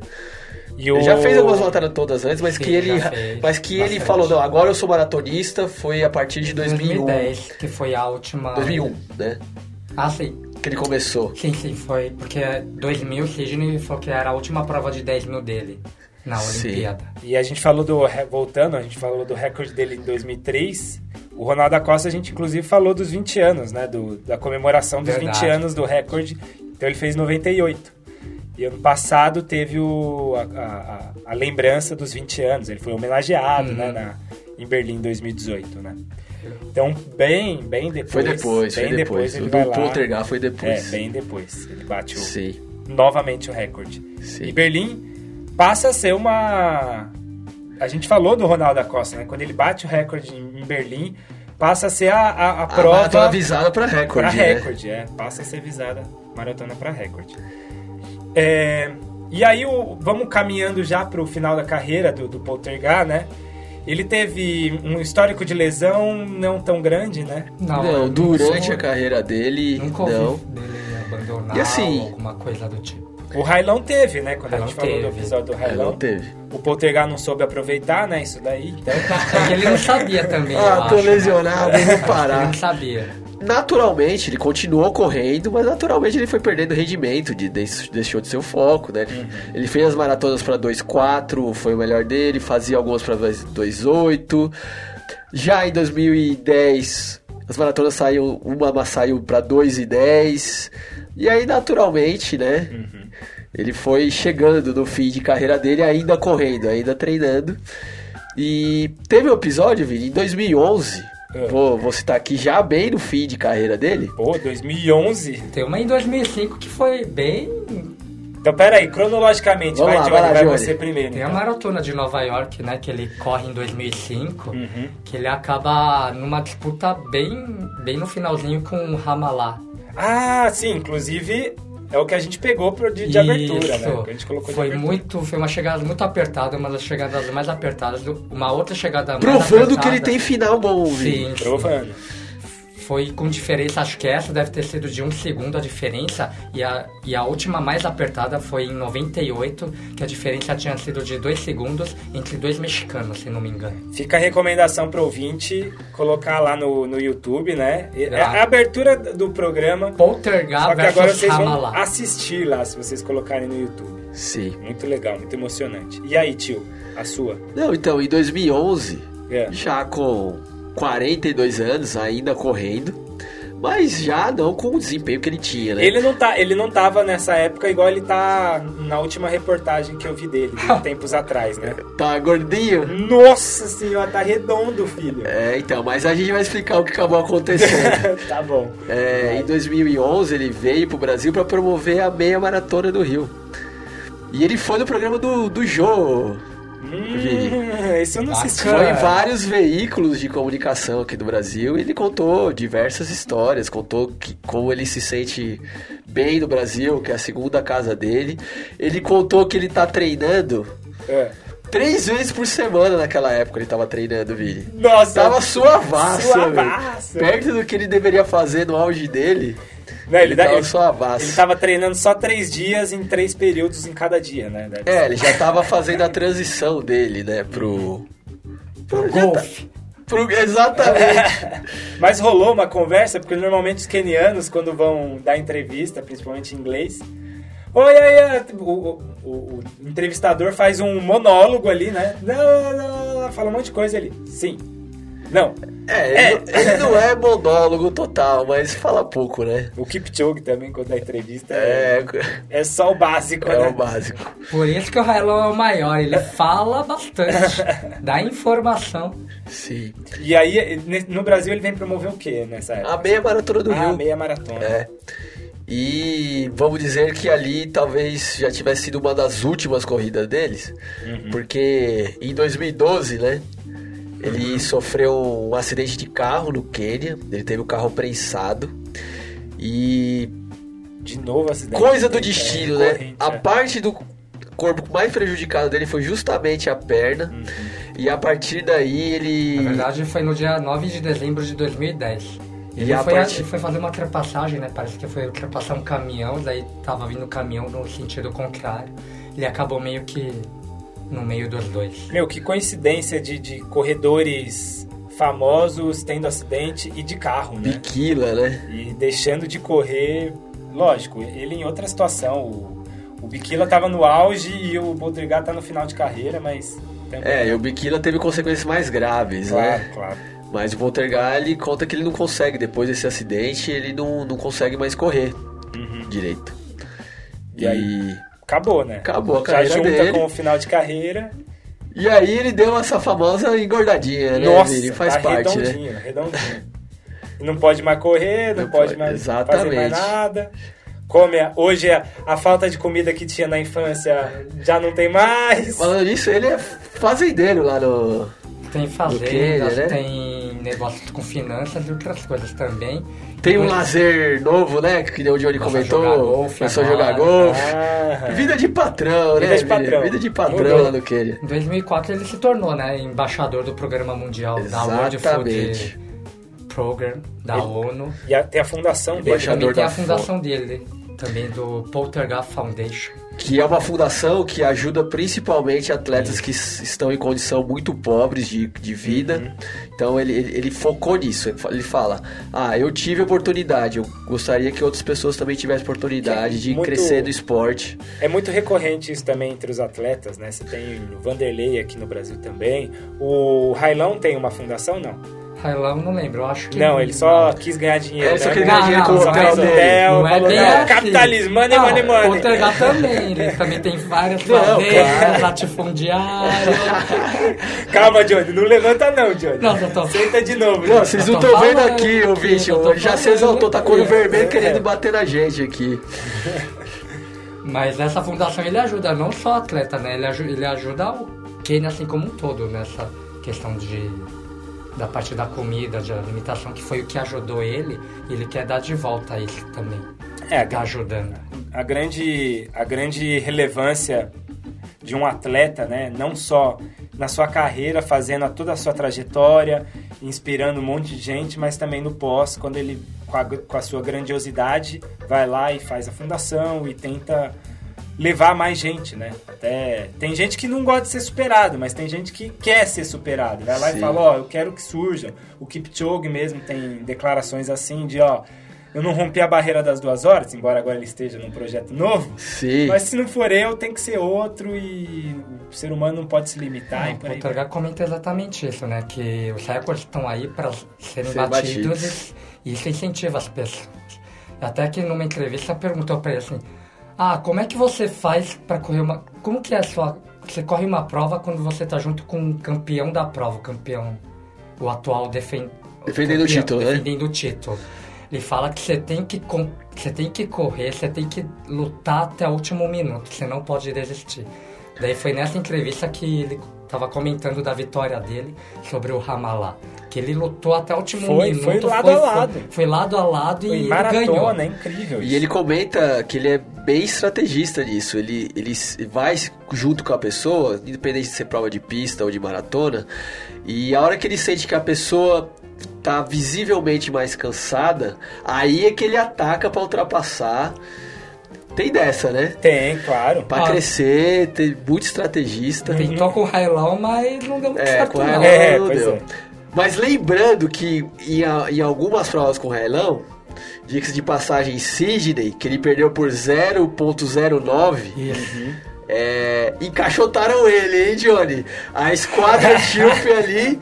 Speaker 3: E o-
Speaker 5: Ele já fez algumas maratonas todas antes, mas
Speaker 4: Sim,
Speaker 5: que ele,
Speaker 4: já fez
Speaker 5: mas que ele
Speaker 4: bastante.
Speaker 5: falou, não, agora eu sou maratonista, foi a partir de 2001,
Speaker 4: 2010, que foi a última.
Speaker 5: 2001, né?
Speaker 4: Ah, sim.
Speaker 5: Que ele começou.
Speaker 4: Sim, sim, foi. Porque 2000, Sidney foi que era a última prova de 10 mil dele na
Speaker 5: Sim.
Speaker 4: Olimpíada.
Speaker 3: E a gente falou do. re- Voltando, a gente falou do recorde dele em 2003. O Ronaldo da Costa, a gente inclusive falou dos 20 anos, né? Do, da comemoração dos
Speaker 4: Verdade.
Speaker 3: 20 anos do recorde. Então ele fez 98. E ano passado teve o, a, a- a- a lembrança dos 20 anos. Ele foi homenageado,
Speaker 5: Uhum.
Speaker 3: né? na- em Berlim em 2018, né? Então, bem, bem depois.
Speaker 5: Foi depois,
Speaker 3: bem
Speaker 5: foi depois.
Speaker 3: ele
Speaker 5: O
Speaker 3: vai
Speaker 5: do
Speaker 3: lá.
Speaker 5: Poltergar foi
Speaker 3: É,
Speaker 5: depois.
Speaker 3: bem depois. Ele bate o-
Speaker 5: Sim.
Speaker 3: novamente o recorde.
Speaker 5: Sim.
Speaker 3: E Berlim passa a ser uma. A gente falou do Ronaldo da Costa, né? Quando ele bate o recorde em em Berlim, passa a ser a, a, a
Speaker 5: A
Speaker 3: prova
Speaker 5: maratona avisada pra
Speaker 3: para
Speaker 5: recorde, né?
Speaker 3: recorde, é. Passa a ser visada maratona para recorde. É, e aí o- vamos caminhando já para o final da carreira do, do Poltergar, né? Ele teve um histórico de lesão não tão grande, né?
Speaker 5: Não,
Speaker 4: eu
Speaker 5: durante
Speaker 4: sou-
Speaker 5: a carreira dele,
Speaker 4: Nunca ouvi
Speaker 5: não.
Speaker 4: dele abandonar
Speaker 5: E assim-
Speaker 4: ou alguma coisa do tipo.
Speaker 3: O Railão teve, né? Quando a
Speaker 4: Railão
Speaker 3: gente falou do
Speaker 4: teve.
Speaker 3: episódio do
Speaker 5: Aí É, não
Speaker 3: Railão.
Speaker 5: teve.
Speaker 3: O Poltergar não soube aproveitar, né? Isso daí. Então,
Speaker 4: É que ele não sabia também. eu
Speaker 5: Ah,
Speaker 4: acho,
Speaker 5: tô
Speaker 4: né?
Speaker 5: lesionado, eu vou
Speaker 4: Ele
Speaker 5: parar.
Speaker 4: não sabia.
Speaker 5: Naturalmente, ele continuou correndo, mas naturalmente ele foi perdendo rendimento, de, de- deixou de ser o foco, né? Ele fez as maratonas pra 2.4, foi o melhor dele, fazia algumas pra 2.8. Já em 2010, as maratonas saíram, uma saiu pra 2.10. E aí, naturalmente, né? Ele foi chegando no fim de carreira dele, ainda correndo, ainda treinando. E teve um episódio, Vini, em 2011.
Speaker 3: É.
Speaker 5: Vou, vou citar aqui já bem no fim de carreira dele.
Speaker 3: pô, 2011.
Speaker 4: Tem uma em 2005 que foi bem.
Speaker 3: Então, peraí, cronologicamente,
Speaker 5: Vamos
Speaker 3: vai,
Speaker 5: lá,
Speaker 3: Johnny,
Speaker 5: vai lá,
Speaker 3: vai
Speaker 5: Johnny.
Speaker 3: você primeiro.
Speaker 4: Tem a
Speaker 3: então.
Speaker 4: maratona de Nova York, né? Que ele corre em 2005.
Speaker 3: Uhum.
Speaker 4: Que ele acaba numa disputa bem, bem no finalzinho com o Ramallah.
Speaker 3: Ah, sim, inclusive é o que a gente pegou pro de, de abertura, né?
Speaker 4: Isso.
Speaker 3: O que a gente colocou de
Speaker 4: foi
Speaker 3: abertura.
Speaker 4: muito, foi uma chegada muito apertada, uma das chegadas mais apertadas, do- uma outra chegada mais
Speaker 5: Provando
Speaker 4: apertada.
Speaker 5: que ele tem final bom, Vini.
Speaker 4: Sim, sim.
Speaker 3: Provando.
Speaker 4: Foi com diferença, acho que essa deve ter sido de um segundo a diferença. E a, e a última mais apertada foi em 98, que a diferença tinha sido de dois segundos entre dois mexicanos, se não me engano.
Speaker 3: Fica a recomendação pro ouvinte colocar lá no, no YouTube, né? E- É
Speaker 4: Ah.
Speaker 3: a abertura do programa.
Speaker 4: Poltergar
Speaker 3: só que agora
Speaker 4: versus
Speaker 3: vocês vão
Speaker 4: Ramallah.
Speaker 3: assistir lá, se vocês colocarem no YouTube.
Speaker 5: Sim.
Speaker 3: Muito legal, muito emocionante. E aí, tio? A sua?
Speaker 5: Não, então, em 2011,
Speaker 3: É.
Speaker 5: já com 42 anos, ainda correndo, mas já não com o desempenho que ele tinha, né?
Speaker 3: Ele não, tá, ele não tava nessa época igual ele tá na última reportagem que eu vi dele, de tempos atrás, né?
Speaker 5: Tá gordinho?
Speaker 3: Nossa senhora, tá redondo, filho.
Speaker 5: É, então, mas a gente vai explicar o que acabou acontecendo.
Speaker 3: tá bom.
Speaker 5: É, em 2011 ele veio pro Brasil para promover a meia maratona do Rio. E ele foi no programa do, do Jô,
Speaker 3: Hum, esse eu não sei se
Speaker 5: Foi em
Speaker 3: cara.
Speaker 5: vários veículos de comunicação aqui do Brasil e ele contou diversas histórias, contou que, como ele se sente bem no Brasil, que é a segunda casa dele. Ele contou que ele tá treinando
Speaker 3: É.
Speaker 5: três vezes por semana naquela época ele tava treinando, Vini.
Speaker 3: Nossa,
Speaker 5: Tava suavaço,
Speaker 3: Suavaço.
Speaker 5: velho. Perto do que ele deveria fazer no auge dele.
Speaker 3: Não, ele, dá-
Speaker 5: tava
Speaker 3: ele-
Speaker 5: suavaço.
Speaker 3: ele tava treinando só três dias em três períodos em cada dia, né? Deve
Speaker 5: É,
Speaker 3: ser.
Speaker 5: ele já tava fazendo a transição dele, né, pro... Pro
Speaker 4: Golfe.
Speaker 5: Pro... Exatamente.
Speaker 3: Mas rolou uma conversa, porque normalmente os kenianos, quando vão dar entrevista, principalmente em inglês, Oi, aí, aí", ah, o, o- o entrevistador faz um monólogo ali, né? Não, não, não, fala um monte de coisa ali. Sim. Não.
Speaker 5: É, ele, ele não é monólogo total, mas fala pouco, né?
Speaker 3: O Kipchoge também, quando dá entrevista, é,
Speaker 5: É,
Speaker 3: é só o básico,
Speaker 5: é
Speaker 3: né?
Speaker 5: o básico.
Speaker 4: Por isso que o Railão é o maior, ele fala bastante, dá informação.
Speaker 5: Sim.
Speaker 3: E aí, ne- no Brasil, ele vem promover o quê nessa época?
Speaker 5: A meia maratona do
Speaker 3: Ah,
Speaker 5: Rio.
Speaker 3: meia maratona.
Speaker 5: É. E vamos dizer que ali talvez já tivesse sido uma das últimas corridas deles,
Speaker 3: Uhum.
Speaker 5: porque em 2012, né? Ele
Speaker 3: Uhum.
Speaker 5: sofreu um acidente de carro no Quênia, ele teve o carro prensado. E
Speaker 3: De novo, acidente.
Speaker 5: coisa do
Speaker 3: É,
Speaker 5: destino, né?
Speaker 3: corrente,
Speaker 5: A
Speaker 3: é.
Speaker 5: parte do corpo mais prejudicado dele foi justamente a perna.
Speaker 3: Uhum.
Speaker 5: E a partir daí
Speaker 3: É
Speaker 4: Na
Speaker 3: né?
Speaker 5: ele.
Speaker 4: verdade, foi no dia 9 de dezembro de 2010.
Speaker 5: E
Speaker 4: Ele
Speaker 5: a
Speaker 4: foi,
Speaker 5: parte-
Speaker 4: ele foi fazer uma ultrapassagem, né? Parece que foi ultrapassar um caminhão, daí tava vindo o caminhão no sentido contrário. Ele acabou meio que no meio dos dois.
Speaker 3: Meu, que coincidência de, de corredores famosos tendo acidente e de carro, né?
Speaker 5: Biquila, né?
Speaker 3: E deixando de correr. Lógico, ele em outra situação. O, o Biquila tava no auge e o Bodrigar tá no final de carreira, mas. também-
Speaker 5: É, e o Biquila teve consequências mais graves,
Speaker 3: Claro,
Speaker 5: né?
Speaker 3: claro.
Speaker 5: Mas o Poltergar, ele conta que ele não consegue, depois desse acidente, ele não, não consegue mais correr direito.
Speaker 3: Uhum. E aí? Acabou, né?
Speaker 5: Acabou a
Speaker 3: Já
Speaker 5: carreira
Speaker 3: junta
Speaker 5: dele.
Speaker 3: com o final de carreira.
Speaker 5: E aí ele deu essa famosa engordadinha, né,
Speaker 3: Nossa,
Speaker 5: Vini? Faz
Speaker 3: tá
Speaker 5: parte, né?
Speaker 3: redondinho, redondinho. Não pode mais correr, não,
Speaker 5: Não
Speaker 3: pode
Speaker 5: pode,
Speaker 3: mais fazer
Speaker 5: exatamente.
Speaker 3: mais nada. Come a- hoje a, a falta de comida que tinha na infância já não tem mais.
Speaker 5: Falando nisso, ele é fazendeiro lá no...
Speaker 4: Tem
Speaker 5: Quênia,
Speaker 4: fazendas,
Speaker 5: né?
Speaker 4: tem negócios com finanças e outras coisas também.
Speaker 5: Tem um
Speaker 3: Uhum.
Speaker 4: Muito-
Speaker 5: lazer novo, né? Que nem o Johnny
Speaker 4: Começou a jogar
Speaker 5: comentou.
Speaker 4: golfe
Speaker 5: Começou a
Speaker 4: agora,
Speaker 5: jogar golfe.
Speaker 3: Ah,
Speaker 5: Vida de patrão,
Speaker 3: Vida
Speaker 5: né?
Speaker 3: de patrão.
Speaker 5: Vida de patrão
Speaker 3: Mudou.
Speaker 5: lá no Quênia.
Speaker 4: Em 2004 ele se tornou, né, embaixador do programa mundial
Speaker 3: um
Speaker 4: da World
Speaker 5: Exatamente.
Speaker 4: Food Program da ONU.
Speaker 3: e a- tem a fundação dele. né?
Speaker 5: Embaixador
Speaker 4: Também tem a
Speaker 5: da
Speaker 4: fundação dele, também do Poltergeist Foundation.
Speaker 5: Que é uma fundação que ajuda principalmente atletas que s- estão em condição muito pobres de, de vida. Então ele, ele, ele focou nisso. Ele fa- Ele fala: Ah, eu tive oportunidade. Eu gostaria que outras pessoas também tivessem oportunidade
Speaker 3: Que é
Speaker 5: de
Speaker 3: muito-
Speaker 5: crescer no esporte.
Speaker 3: É muito recorrente isso também entre os atletas, né? Você tem o Vanderlei aqui no Brasil também. O Railão tem uma fundação, não?
Speaker 4: Railão, não lembro, eu acho que.
Speaker 3: Não, ele só quis ganhar dinheiro.
Speaker 5: Ele só
Speaker 3: né?
Speaker 5: quis
Speaker 4: ganhar dinheiro com o
Speaker 3: só
Speaker 4: hotel
Speaker 3: fez
Speaker 5: dele.
Speaker 3: hotel,
Speaker 4: Não é
Speaker 3: falou,
Speaker 4: bem
Speaker 3: "Não,
Speaker 4: assim.
Speaker 3: capitalismo, money,
Speaker 4: Não,
Speaker 3: money, money.
Speaker 4: O Tergal também, ele também tem várias
Speaker 5: Não,
Speaker 4: fazendas,
Speaker 5: claro.
Speaker 4: latifundiárias.
Speaker 3: Calma, Johnny, não levanta não, Johnny.
Speaker 4: Não, doutor.
Speaker 3: Senta de novo. né?
Speaker 5: Não,
Speaker 3: Johnny.
Speaker 5: vocês
Speaker 4: Eu
Speaker 5: não
Speaker 4: tô
Speaker 5: estão vendo
Speaker 4: Tá falando,
Speaker 5: aqui,
Speaker 4: filho,
Speaker 5: ouvinte.
Speaker 4: eu tô
Speaker 5: Hoje já se
Speaker 4: falando.
Speaker 5: exaltou, tá com olho vermelho
Speaker 3: É.
Speaker 5: querendo bater na gente aqui.
Speaker 4: Mas essa fundação ele ajuda não só o atleta, né? Ele ajuda, ele ajuda o Quênia assim como um todo nessa questão de da parte da comida, de alimentação, que foi o que ajudou ele, e ele quer dar de volta isso também.
Speaker 3: É,
Speaker 4: Tá
Speaker 3: a,
Speaker 4: ajudando.
Speaker 3: a grande, a grande relevância de um atleta, né? Não só na sua carreira, fazendo a- toda a sua trajetória, inspirando um monte de gente, mas também no pós, quando ele, com a, com a sua grandiosidade, vai lá e faz a fundação e tenta levar mais gente, né? Até tem gente que não gosta de ser superado, mas tem gente que quer ser superado. Vai lá e
Speaker 5: Sim.
Speaker 3: fala, ó, eu quero que surja. O Kipchoge mesmo tem declarações assim de, ó, eu não rompi a barreira das duas horas, embora agora ele esteja num projeto novo.
Speaker 5: Sim.
Speaker 3: Mas se não for eu, tem que ser outro e o ser humano não pode se limitar Tá, e
Speaker 4: o
Speaker 3: por aí. né?
Speaker 4: Portugal comenta exatamente isso, né? Que os recordes estão aí para serem
Speaker 5: Serem
Speaker 4: batidos,
Speaker 5: batidos.
Speaker 4: E, e isso incentiva as pessoas. Até que numa entrevista perguntou para ele assim: Ah, como é que você faz para correr uma. Como que é a sua. Você corre uma prova quando você tá junto com o campeão da prova, o campeão. O atual defen...
Speaker 5: Defendendo o título, né?
Speaker 4: Defendendo o título. Ele fala que você tem que, com- você tem que correr, você tem que lutar até o último minuto, você não pode desistir. Daí foi nessa entrevista que ele tava comentando da vitória dele sobre o Ramallah. Que ele lutou até o último
Speaker 3: Foi-
Speaker 4: minuto.
Speaker 3: foi lado a lado.
Speaker 4: Foi, foi lado a lado
Speaker 3: Foi
Speaker 4: e ganhou.
Speaker 3: maratona, é incrível.
Speaker 5: E
Speaker 3: isso.
Speaker 5: ele comenta que ele é bem estrategista nisso. Ele, ele s- vai junto com a pessoa, independente de ser prova de pista ou de maratona. E a hora que ele sente que a pessoa tá visivelmente mais cansada, aí é que ele ataca pra ultrapassar. Tem dessa, né?
Speaker 3: Tem, claro.
Speaker 5: Pra
Speaker 4: Ah.
Speaker 5: crescer, tem muito estrategista.
Speaker 4: Tentou com o Railão, mas não deu muito
Speaker 5: É,
Speaker 4: certo
Speaker 5: com
Speaker 4: não.
Speaker 5: Railão
Speaker 3: É,
Speaker 5: não
Speaker 3: pois
Speaker 5: deu.
Speaker 3: é.
Speaker 5: Mas lembrando que em, a- em algumas provas com o Railão, dicas de passagem em Sydney, que ele perdeu por 0.09,
Speaker 4: Isso.
Speaker 5: é, encaixotaram ele, hein, Johnny? A esquadra Chilf ali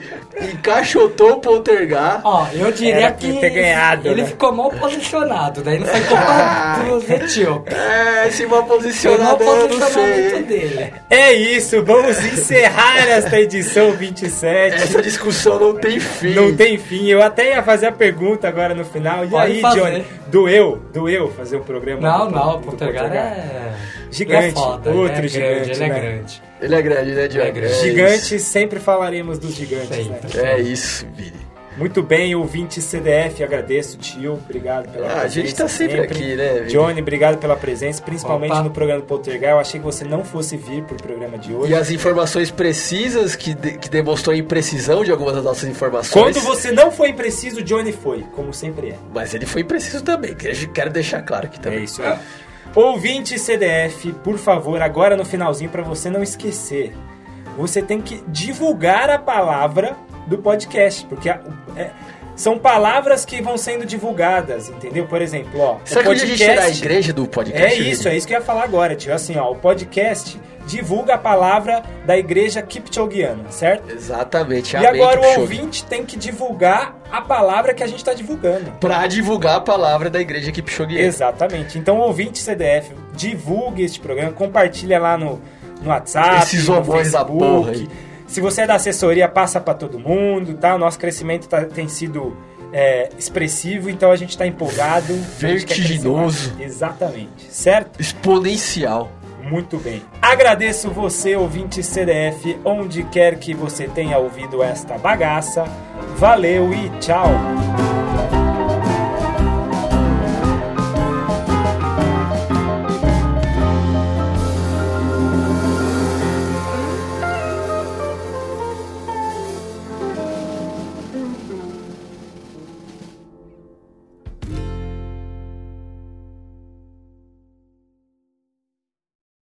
Speaker 5: encaixotou o Poltergar.
Speaker 4: Ó, eu diria
Speaker 3: Era pra
Speaker 4: que
Speaker 3: ter ganhado,
Speaker 4: ele
Speaker 3: né?
Speaker 4: ficou mal posicionado, daí não foi culpa dos etíopes.
Speaker 5: É, esse
Speaker 4: Foi
Speaker 5: mal
Speaker 4: mal
Speaker 5: posicionado, é eu não
Speaker 4: posicionamento
Speaker 5: sei.
Speaker 4: dele.
Speaker 3: É isso, vamos encerrar esta edição
Speaker 4: É
Speaker 3: 27.
Speaker 5: Essa discussão não tem fim.
Speaker 3: Não tem fim. Eu até ia fazer a pergunta agora no final. E
Speaker 4: Pode
Speaker 3: aí,
Speaker 4: fazer.
Speaker 3: Johnny? Doeu? Doeu fazer o programa?
Speaker 4: Não,
Speaker 3: do-
Speaker 4: não, o
Speaker 3: do
Speaker 4: Poltergar é.
Speaker 3: Gigante,
Speaker 4: ele é foda,
Speaker 3: outro
Speaker 4: ele é
Speaker 3: gigante,
Speaker 4: Grande, ele é
Speaker 3: né?
Speaker 4: grande.
Speaker 5: Ele é grande, né, Johnny?
Speaker 4: Ele é grande.
Speaker 5: isso.
Speaker 3: Gigante, sempre falaremos dos gigantes. Né?
Speaker 4: Sempre.
Speaker 5: É isso, Vini.
Speaker 3: Muito bem, ouvinte CDF, agradeço, tio. Obrigado pela
Speaker 5: Ah, a
Speaker 3: presença.
Speaker 5: gente tá sempre aqui, né, Vini?
Speaker 3: Johnny, obrigado pela presença, principalmente
Speaker 4: Opa.
Speaker 3: no programa do Poltergar. Eu achei que você não fosse vir pro programa de hoje.
Speaker 5: E as informações precisas que, de- que demonstrou a imprecisão de algumas das nossas informações.
Speaker 3: Quando você não foi impreciso, Johnny foi, como sempre é.
Speaker 5: Mas ele foi impreciso também, que- quero deixar claro aqui
Speaker 3: É
Speaker 5: também.
Speaker 3: isso aí. Ouvinte CDF, por favor, agora no finalzinho pra você não esquecer. Você tem que divulgar a palavra do podcast, porque a- é- são palavras que vão sendo divulgadas, entendeu? Por exemplo, ó,
Speaker 5: Será
Speaker 3: o
Speaker 5: que hoje a gente será a
Speaker 3: podcast
Speaker 5: igreja do
Speaker 3: É
Speaker 5: podcast?
Speaker 3: isso, é isso que eu ia falar agora, tio. Assim, ó, o podcast divulga a palavra da igreja Kipchogiana, certo?
Speaker 5: Exatamente.
Speaker 3: e
Speaker 5: amém,
Speaker 3: agora o
Speaker 5: Kipchoge.
Speaker 3: ouvinte tem que divulgar a palavra que a gente está divulgando.
Speaker 5: Pra divulgar a palavra da igreja Kipchoge.
Speaker 3: Exatamente. Então, ouvinte CDF, divulgue este programa, compartilha lá no, no WhatsApp,
Speaker 5: Esses
Speaker 3: no
Speaker 5: homões da
Speaker 3: Facebook.
Speaker 5: porra aí.
Speaker 3: Se você é da assessoria, passa para todo mundo, tá? O nosso crescimento tá- tem sido é, expressivo, então a gente tá empolgado. a gente quer crescer
Speaker 5: Vertiginoso.
Speaker 3: mais. Exatamente. Certo?
Speaker 5: Exponencial.
Speaker 3: Muito bem. Agradeço você, ouvinte CDF, onde quer que você tenha ouvido esta bagaça. Valeu e tchau!